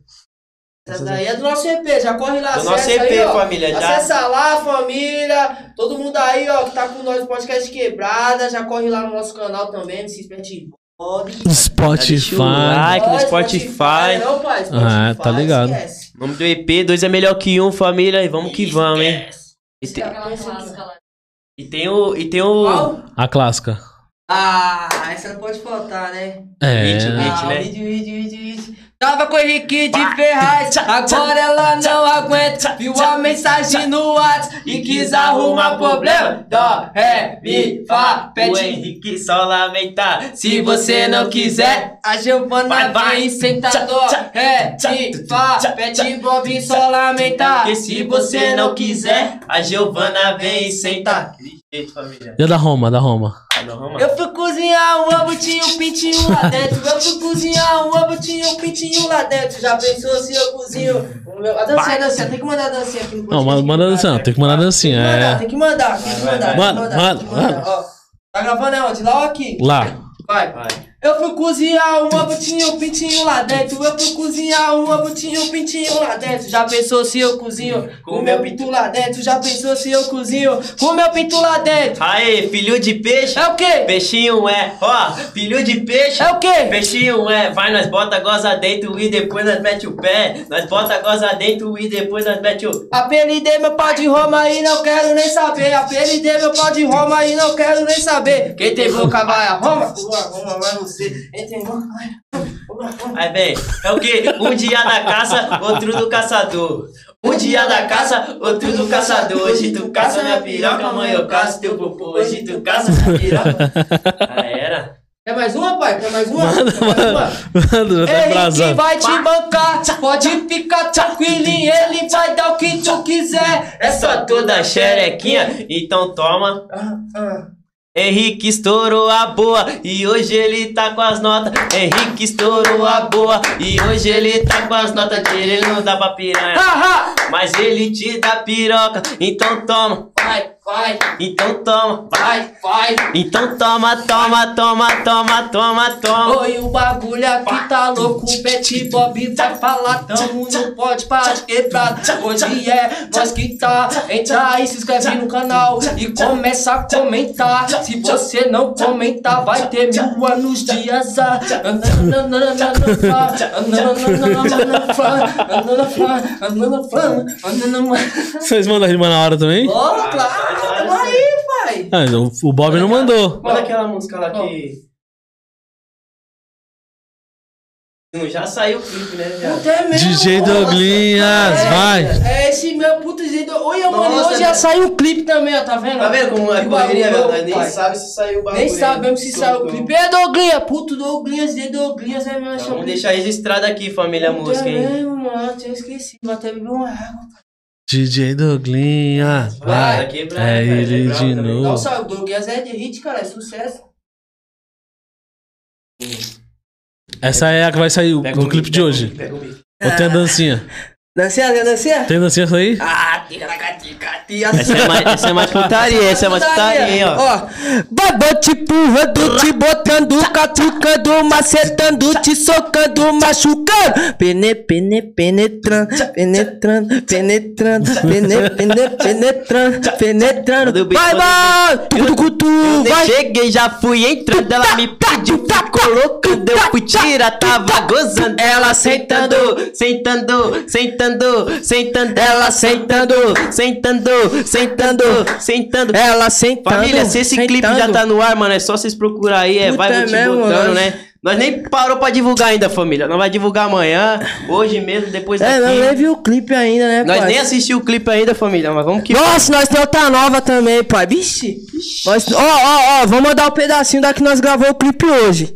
Essa daí é do nosso EP, já corre lá,
Do
acessa
nosso EP,
Tá aí, ó. Tá
família, já.
Acessa lá, família, todo mundo aí, ó, que tá com nós, podcast quebrada, já corre lá no nosso canal também, se espete
Spotify.
Like no Spotify.
Não, pai, Spotify,
Ah, tá ligado.
esquece.
O nome do EP, dois é melhor que um, família, e vamos que vamos,
é.
hein? E tem,
Aquela música.
e tem o. E tem o.
Qual?
A clássica.
Ah, essa não pode faltar, né?
É.
Hit, né?
Ah, vídeo, vídeo, vídeo, vídeo. Tava com o Henrique de Ferraz, agora ela não aguenta. Viu a mensagem no WhatsApp e quis arrumar problema. Dó, ré, mi, fá,
O
pede.
Henrique só lamenta.
Se você não quiser, a
Vai,
Giovana
vai.
vem É,
Tchá,
sentar dó,
tchá,
ré,
tchá,
mi, fá,
tchá,
pede é Bob só lamentar.
Porque se você não quiser, a Giovana vem e senta. Daquele jeito, família.
E a da Roma, da Roma.
Ah, não, vamos lá.
Eu fui cozinhar um ovo, tinha um pintinho lá dentro. Eu fui cozinhar um ovo, tinha um pintinho lá dentro. Já pensou se eu cozinho? o meu- A dancinha, a dancinha, tem que mandar a dancinha aqui no
Não,
podcast.
manda, manda dançar, tem que mandar dancinha. É.
Tem que mandar, tem que
Vai,
mandar, tem que
vai.
vai,
mandar. tem que
Manda,
mandar, tem que
manda,
mandar. Ó, Tá gravando aonde? Lá ou aqui?
Lá.
Vai.
Vai.
Eu fui cozinhar um ovo, tinha um pintinho lá dentro. Eu fui cozinhar um ovo, tinha um pintinho lá dentro. Já pensou se eu cozinho com o meu pinto lá dentro? Já pensou se eu cozinho com o meu pinto lá dentro?
Aê, filho de peixe.
É o quê?
Peixinho é, ó, filho de peixe.
É o quê?
Peixinho é, vai, nós bota, goza dentro e depois nós mete o pé. Nós bota, goza dentro e depois nós mete o.
Apelidei meu pau de Roma e não quero nem saber. Apelidei meu pau de Roma e não quero nem saber. Quem tem boca vai a Roma, tua Roma vai você. Quem tem boca vai
Aí vem, é o que? Um dia da caça, outro do caçador. Um dia da caça, outro do caçador. Hoje tu caça minha piroca, amanhã eu caço teu popô. Hoje tu caça minha piroca. Já era.
Quer mais uma, pai? Quer mais uma? Quer mais uma?
Mano, já tá
Ele que
embrasado.
vai te bancar, pode ficar tranquilinho, ele vai dar o que tu quiser.
É só toda xerequinha, então toma.
Ah, ah.
Henrique estourou a boa e hoje ele tá com as notas. Henrique estourou a boa e hoje ele tá com as notas dele. Ele não dá pra piranha,
Ah, ah.
mas ele te dá piroca. Então toma,
Vai, vai,
então toma.
vai, vai.
Então toma, toma, toma, toma, toma, toma.
Oi, o bagulho aqui tá louco, o Betty Bob vai falar, tamo no pode para quebrar. Hoje é nós que tá, entra aí, se inscreve no canal e começa a comentar. Se você não comentar, vai ter mil anos de azar.
Vocês mandam a rima na hora também?
Bora, claro, vai aí, pai.
Ah, o, o Bob não mandou.
Manda aquela música lá que. Não, Já saiu o clipe, né?
Não
Já.
tem é mesmo.
DJ Douglinhas, vai.
É esse meu puto jeito. Olha, mano,
Nossa,
hoje já
velho.
saiu o clipe também, ó, tá vendo?
Tá vendo como é
Que
correria,
bagulho
velho?
louco,
Nós Nem
pai.
sabe é se saiu o bagulho.
Nem sabemos se saiu o clipe. É Douglinha, puto Douglinhas, de Douglinhas, é meu
Então,
chapéu.
Vamos deixar registrado aqui, família música, hein?
mesmo, mano, eu tinha esquecido, eu até bebi uma água.
DJ Douglinhas, vai.
Tá quebrado,
É
cara,
ele
quebrado
de
também.
novo.
Nossa, o Douglinhas é de hit, cara, é sucesso.
Essa é a que vai sair o-
Pega o
o clipe
mic,
de
pega o
hoje.
mic, pega o mic.
Ou tem a dancinha?
Dancinha, quer dancinha?
Tem dancinha essa aí?
Ah, tira, tira, tira.
Essa é mais, essa é mais putaria, essa é mais putaria, hein, ó.
Ó, babão te empurrando, te botando, catucando, macetando, te socando, machucando. Pene, pene, penetrando, penetrando, penetrando, pene, pene, penetrando,
Quando eu
penetrando.
beijo,
Vai,
quando
vai, tucu, tucu, tu,
Eu
vai.
cheguei, já fui entrando, ela me pediu, ficou loucando, eu fui tirar, tava gozando. Ela sentando, sentando, sentando, sentando, ela sentando, sentando, sentando, sentando.
Ela sentando,
Família, se esse clipe já
sentando.
tá no ar, mano, é só vocês procurar aí, é,
Puta,
vai vou
é
te
mesmo,
botando,
mano.
né? Nós nem parou pra divulgar ainda, família. Nós vai divulgar amanhã, hoje mesmo, depois
É, não, nem
daqui.
vi o clipe ainda, né,
Nós
pai?
nem assistimos o clipe ainda, família, mas vamos que.
Nossa, nós tem outra nova também, pai. Vixe. Nós- Ó, ó, ó, vou mandar um pedacinho da que nós gravou o clipe hoje.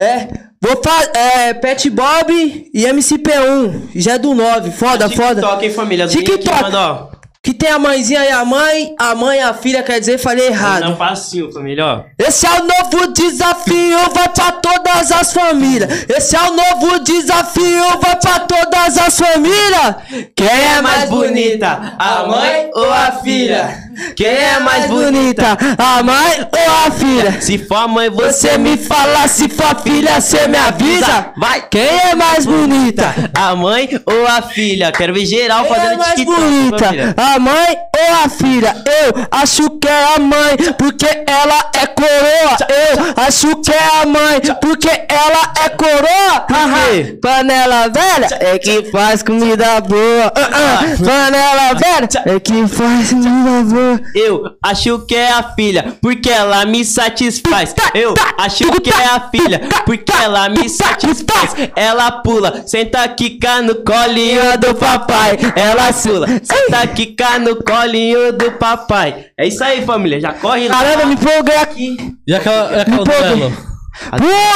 É. Vou fazer. É, Pet Bob e MCP1. Já é do 9. Foda, foda.
TikTok, hein, família? As meninas que
TikTok.
mandam, ó.
Que tem a mãezinha e a mãe. A mãe e a filha, quer dizer, falei
Não
errado.
facinho, família, ó.
Esse é o novo desafio, vai pra todas as famílias. Esse é o novo desafio, vai pra todas as famílias.
Quem é mais bonita, a mãe ou a filha? Quem é mais bonita?
a mãe ou a filha?
Se for a mãe, você é
Você é me fala se for filha, cê me avisa.
Vai!
Quem é mais bonita?
A mãe ou a filha? Quero ver geral
Quem é
Tá fazendo
mais
TikTok.
bonita?
família.
A mãe ou a filha? Eu acho que é a mãe, porque ela é coroa. Eu acho que é a mãe, porque ela é coroa.
quê?
Aham. Panela velha é que faz comida boa. Ah, ah. Panela velha é que faz comida boa.
Eu acho que é a filha, porque ela me satisfaz.
Tá,
Eu acho que é a filha, porque ela me satisfaz.
tá.
Ela pula, senta quica no colinho do papai. Ela pula, senta quica no colinho do papai. É isso aí, família. Já corre lá.
Caramba, me empolguei aqui.
E aquela, e aquela do
Empolga.
Lelo?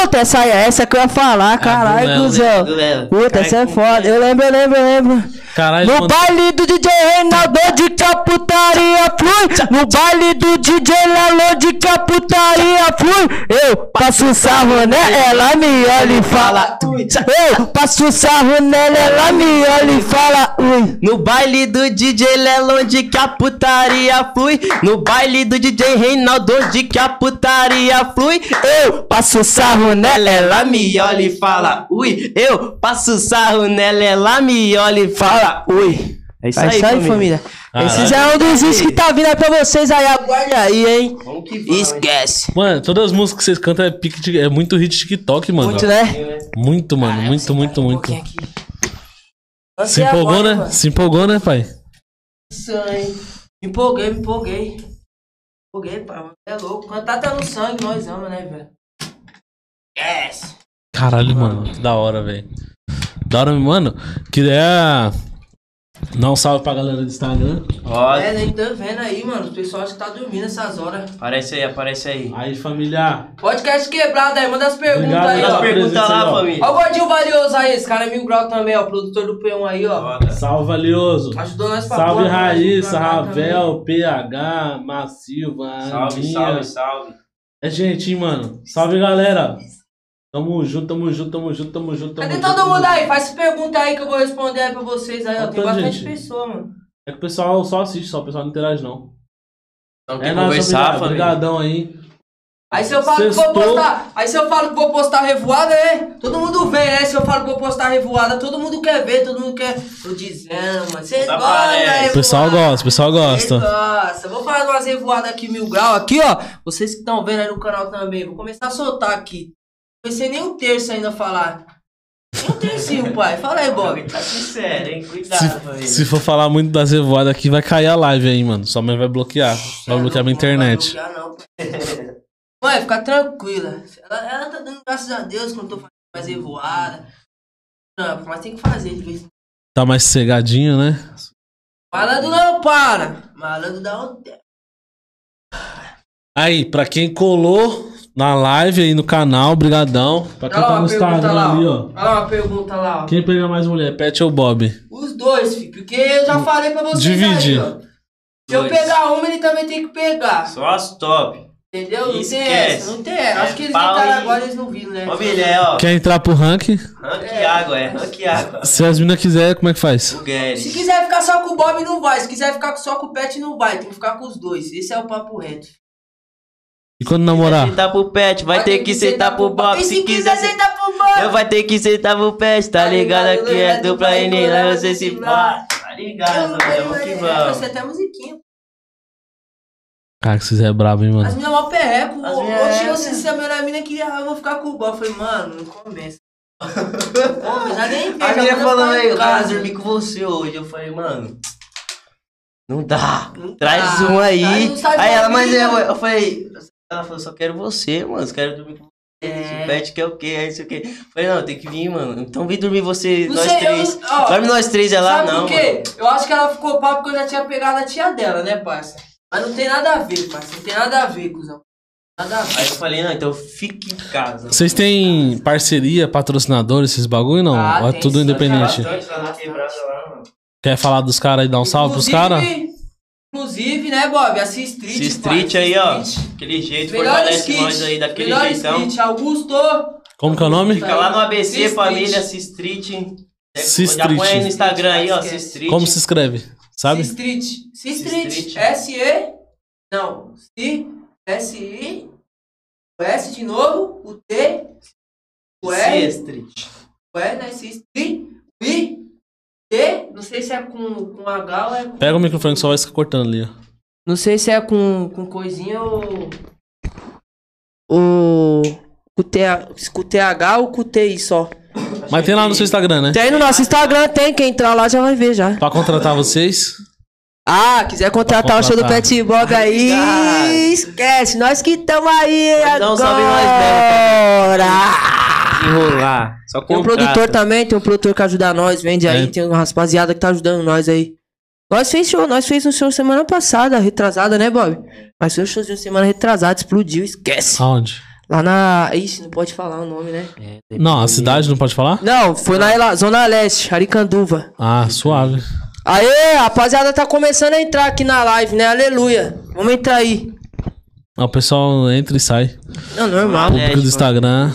Puta, essa é essa que eu ia
Ah,
falar, caralho,
Duelo,
né?
cuzão.
duelo.
Puta,
Caralho,
essa é
como
foda. Eu lembro, eu lembro, eu lembro.
Caralho,
No
mano.
baile do DJ Reinaldo é de que a putaria flui. No baile do DJ Lalo é de que a putaria flui. Eu passo sarro né? ela me olha e fala. ui. Eu passo sarro nela, ela me olha e fala. Ui.
No baile do DJ Lelo de que a putaria flui. No baile do DJ Reinaldo de que a putaria flui.
Eu passo sarro nela,
Ela,
ela
ela
me
me olha e fala, ui. Eu passo sarro nela, ela me olha e fala, ui. É isso,
É isso aí, família.
Caralho.
Esse já é um dos vídeos que tá vindo aí pra vocês aí. Aguarde aí, hein? Esquece.
Mano, todas as músicas que vocês cantam é, pique de- é muito hit de TikTok, mano.
Muito, né?
Muito, mano.
tá
Muito, muito, muito. Se
Você
é
empolgou, né? Se empolgou, né, pai?
Me empolguei, me empolguei. Me empolguei, pai. É louco. Cantar tá no sangue, nós amamos, né, velho? Yes!
Caralho, mano. que Da hora, velho. Da hora, mano. Queria dar um salve pra galera do Instagram.
Ó,
É, nem tá vendo aí, mano. O pessoal acho que tá dormindo essas horas.
aparece aí, aparece aí.
Aí, família.
Podcast quebrado aí, manda as perguntas
Obrigado,
aí,
manda as
Manda as
ó.
perguntas.
perguntas lá, família.
Ó o gordinho valioso aí, esse cara é mil grau também, ó. Produtor do P1 aí, ó.
Salve, valioso.
Ajudou nós pra
Salve,
porra, né?
Raíssa,
ajudou pra cá também.
Ravel, PH, Massilva.
né? Salve, salve, salve.
É gente, hein, mano. Salve, galera. Tamo junto, tamo junto, tamo junto, tamo junto. tamo
Cadê
junto,
todo
tamo
mundo
junto.
aí? Faz pergunta aí que eu vou responder aí pra vocês aí, ó. Tem
Então,
bastante
gente.
pessoa, mano.
É que o pessoal só assiste, só o pessoal não interage, não.
Então,
é
quer
nóis,
conversar,
obrigado.
família?
Obrigadão aí.
Aí se eu falo que
Sextou.
vou postar, aí se eu falo que vou postar revoada, né? Todo mundo vê, né? Se eu falo que vou postar revoada, todo mundo quer ver, todo mundo quer. Tô dizendo, mano. Vocês
Tá
gostam,
parece.
né?
O pessoal gosta, o pessoal gosta.
Nossa, vou fazer umas revoadas aqui mil grau aqui, ó. Vocês que estão vendo aí no canal também, vou começar a soltar aqui. Não pensei nem um terço ainda a falar. Nem um tercinho, pai. Fala aí, Bob.
Tá sincero, hein? Cuidado,
Se,
família.
se for falar muito das revoadas aqui, vai cair a live aí, mano. Sua mãe vai bloquear. Vai bloquear minha internet.
Não vai bloquear, não, pai. Mãe, fica tranquila. Ela, ela tá dando graças a Deus que eu não tô fazendo mais revoada. Não, mas tem que fazer de vez em quando.
Tá mais cegadinho, né?
Malandro não para. Malandro dá um tempo.
Aí, pra quem colou na live aí no canal, brigadão. Pra quem
Olha lá
tá no
uma pergunta
Instagram
lá,
ali,
ó.
ó.
Olha lá uma pergunta lá, ó.
Quem pega mais mulher, Pet ou Bob?
Os dois, filho. Porque eu já falei pra vocês
Hum, Divide.
aí, ó. Se eu
Dois.
pegar uma, ele também tem que pegar.
Só as top.
Entendeu? Não tem
Esquece.
essa, não tem essa. Acho que eles
pau
tentaram
e-
agora, eles não viram, né?
Família, é, ó.
Quer entrar pro ranking?
Rank água, é. Rank água.
Se as minas quiserem, como é que faz?
O Guedes.
Se quiser ficar só com o Bob, não vai. Se quiser ficar só com o Pet, não vai. Tem que ficar com os dois. Esse é o papo reto.
E quando
Vai
namorar?
sentar pro pet, vai ter que sentar pro box.
E
Se quiser sentar.
sentar pro Bob.
Eu vai ter que sentar pro pet, tá
Tá
ligado?
ligado,
Aqui é
ligado,
dupla
vai
e
embora,
nem você
vai
se
se
pá. Tá ligado,
Eu- eu-
vamos que
é,
vamos.
Você até musiquinha.
Cara, que vocês é brabo, hein,
As
mano.
minhas mó perreco.
As
Hoje
minhas é,
eu assisti saber a mina que ah, eu vou ficar com o Bob. Eu falei, mano, não começa. Pô, já nem
A
fez, já
minha
manda
falando
pra
aí, eu tava
casa.
dormir com você hoje. Eu falei, mano. Não dá.
Não
Traz
dá.
um aí.
Traz um, sai
aí ela,
dormindo.
mas é, eu, eu falei. Ela falou, só quero você, mano. Só quero dormir com você. Esse pet quer o quê? É isso aqui. Falei, não, tem que vir, mano. Então vem dormir você,
Não
nós
sei, eu
três.
não- ó,
Dorme nós três, ela
Sabe
não.
por quê? Eu acho que ela ficou pá porque eu já tinha pegado a tia dela, né, parça? Mas não tem nada a ver, parça. Não tem nada a ver, cuzão. Nada a
Aí
ver.
eu falei, não, então fique em casa.
Vocês têm parceria, patrocinador, esses bagulho não?
Ah,
Ou é
tem
tudo
sim,
independente?
cara.
Tá Bastante lá na quebrada lá, mano.
Quer falar dos caras e dar um salve pros
Inclusive-
caras?
Inclusive, né, Bob? Essa street,
Esse
pai,
street aí, ó. Aquele jeito, fortalece nós aí daquele
melhor
jeitão.
street, Augusto.
Como que é o nome?
Fica lá no ABC,
Cis
família,
Street.
C-Street.
Cis
Já põe aí
Street.
no Instagram aí, ó,
Esquece.
C-Street.
Como se escreve? Sabe?
C Street. C
Street.
Street. S-E. Não. C. S-I. O S de novo. O T. O R.
C-Street.
O E, né? C Street. O I. T. Não sei se é com, com H ou é com...
Pega o microfone que só vai ficar cortando ali, ó.
Não sei se é com, com coisinha ou. O. Com TH, com TH ou com TI só?
Mas tem lá no seu Instagram, né?
Tem no nosso Instagram, tem. Quem entrar lá já vai ver já.
Pra contratar vocês.
Ah, quiser contratar o show do
contratar.
Pet Bob aí,
Obrigado.
esquece. Nós que estamos aí
Pode dar um salve em nós
agora.
Enrolar. Só
Tem um produtor
tá
também, tem um produtor que ajuda nós, vende aí.
É.
Tem uma rapaziada que tá ajudando nós aí. Nós fez show, nós fez um show semana passada, retrasada, né, Bob? Mas fez um show de uma semana retrasada, explodiu, esquece.
Aonde?
Lá na... Ixi, não pode falar o nome, né?
Não, a cidade não pode falar?
Não, foi na Ela- Zona Leste, Aricanduva.
Ah, suave.
Aê, rapaziada, tá começando a entrar aqui na live, né? Aleluia. Vamos entrar aí.
Ah, O pessoal entra e
É,
sai.
Não, normal.
Público do Instagram.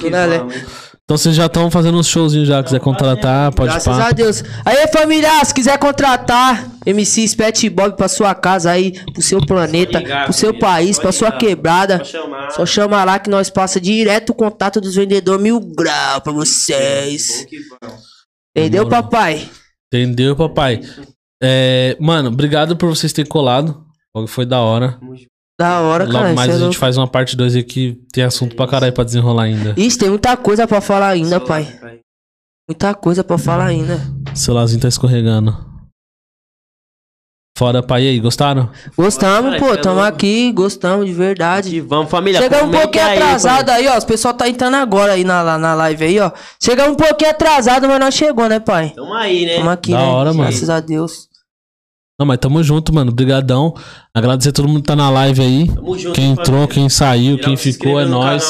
Então vocês já estão fazendo uns showzinhos já. Quiser
Então,
contratar, pode
Graças a
pá.
Deus. Aí, família, se quiser contratar MC Pet Bob pra sua casa aí, pro seu planeta,
ligar,
pro seu
família,
país,
só
pra sua
ligar.
quebrada.
Só chamar.
Só chama lá que nós passa direto o contato dos vendedores mil grau pra
É
É,
vocês. Entendeu,
Demorou.
papai?
Entendeu, papai? É, mano, obrigado por vocês terem colado. Foi da hora.
Da hora, cara.
Logo mais
cê
a
é
gente
louco.
faz uma parte 2 aqui. Tem assunto pra caralho pra desenrolar ainda.
Ixi, tem muita coisa pra falar ainda, pai. Muita coisa pra falar né? ainda.
O celularzinho tá escorregando. Fora, pai. E aí, gostaram?
Gostamos,
Cara,
pô.
cê é
Tamo
louco.
aqui, gostamos de verdade.
Vamos, família.
Chegamos um
comenta
pouquinho
aí,
atrasado aí, ó. Os pessoal tá entrando agora aí na, na live aí, ó. Chegamos um pouquinho atrasado, mas nós chegou, né, pai?
Tamo aí, né?
Tamo aqui,
Da
né?
hora, mano.
Graças a Deus.
Não, mas tamo junto, mano. Brigadão. Agradecer todo mundo que tá na live aí.
Tamo junto.
Quem entrou, quem saiu, quem ficou é nós.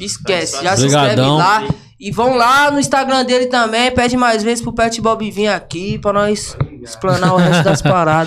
Esquece, já se
Obrigadão.
inscreve lá. E vão lá no Instagram dele também. Pede mais vezes pro Pet Bob vir aqui pra nós explanar o resto das paradas.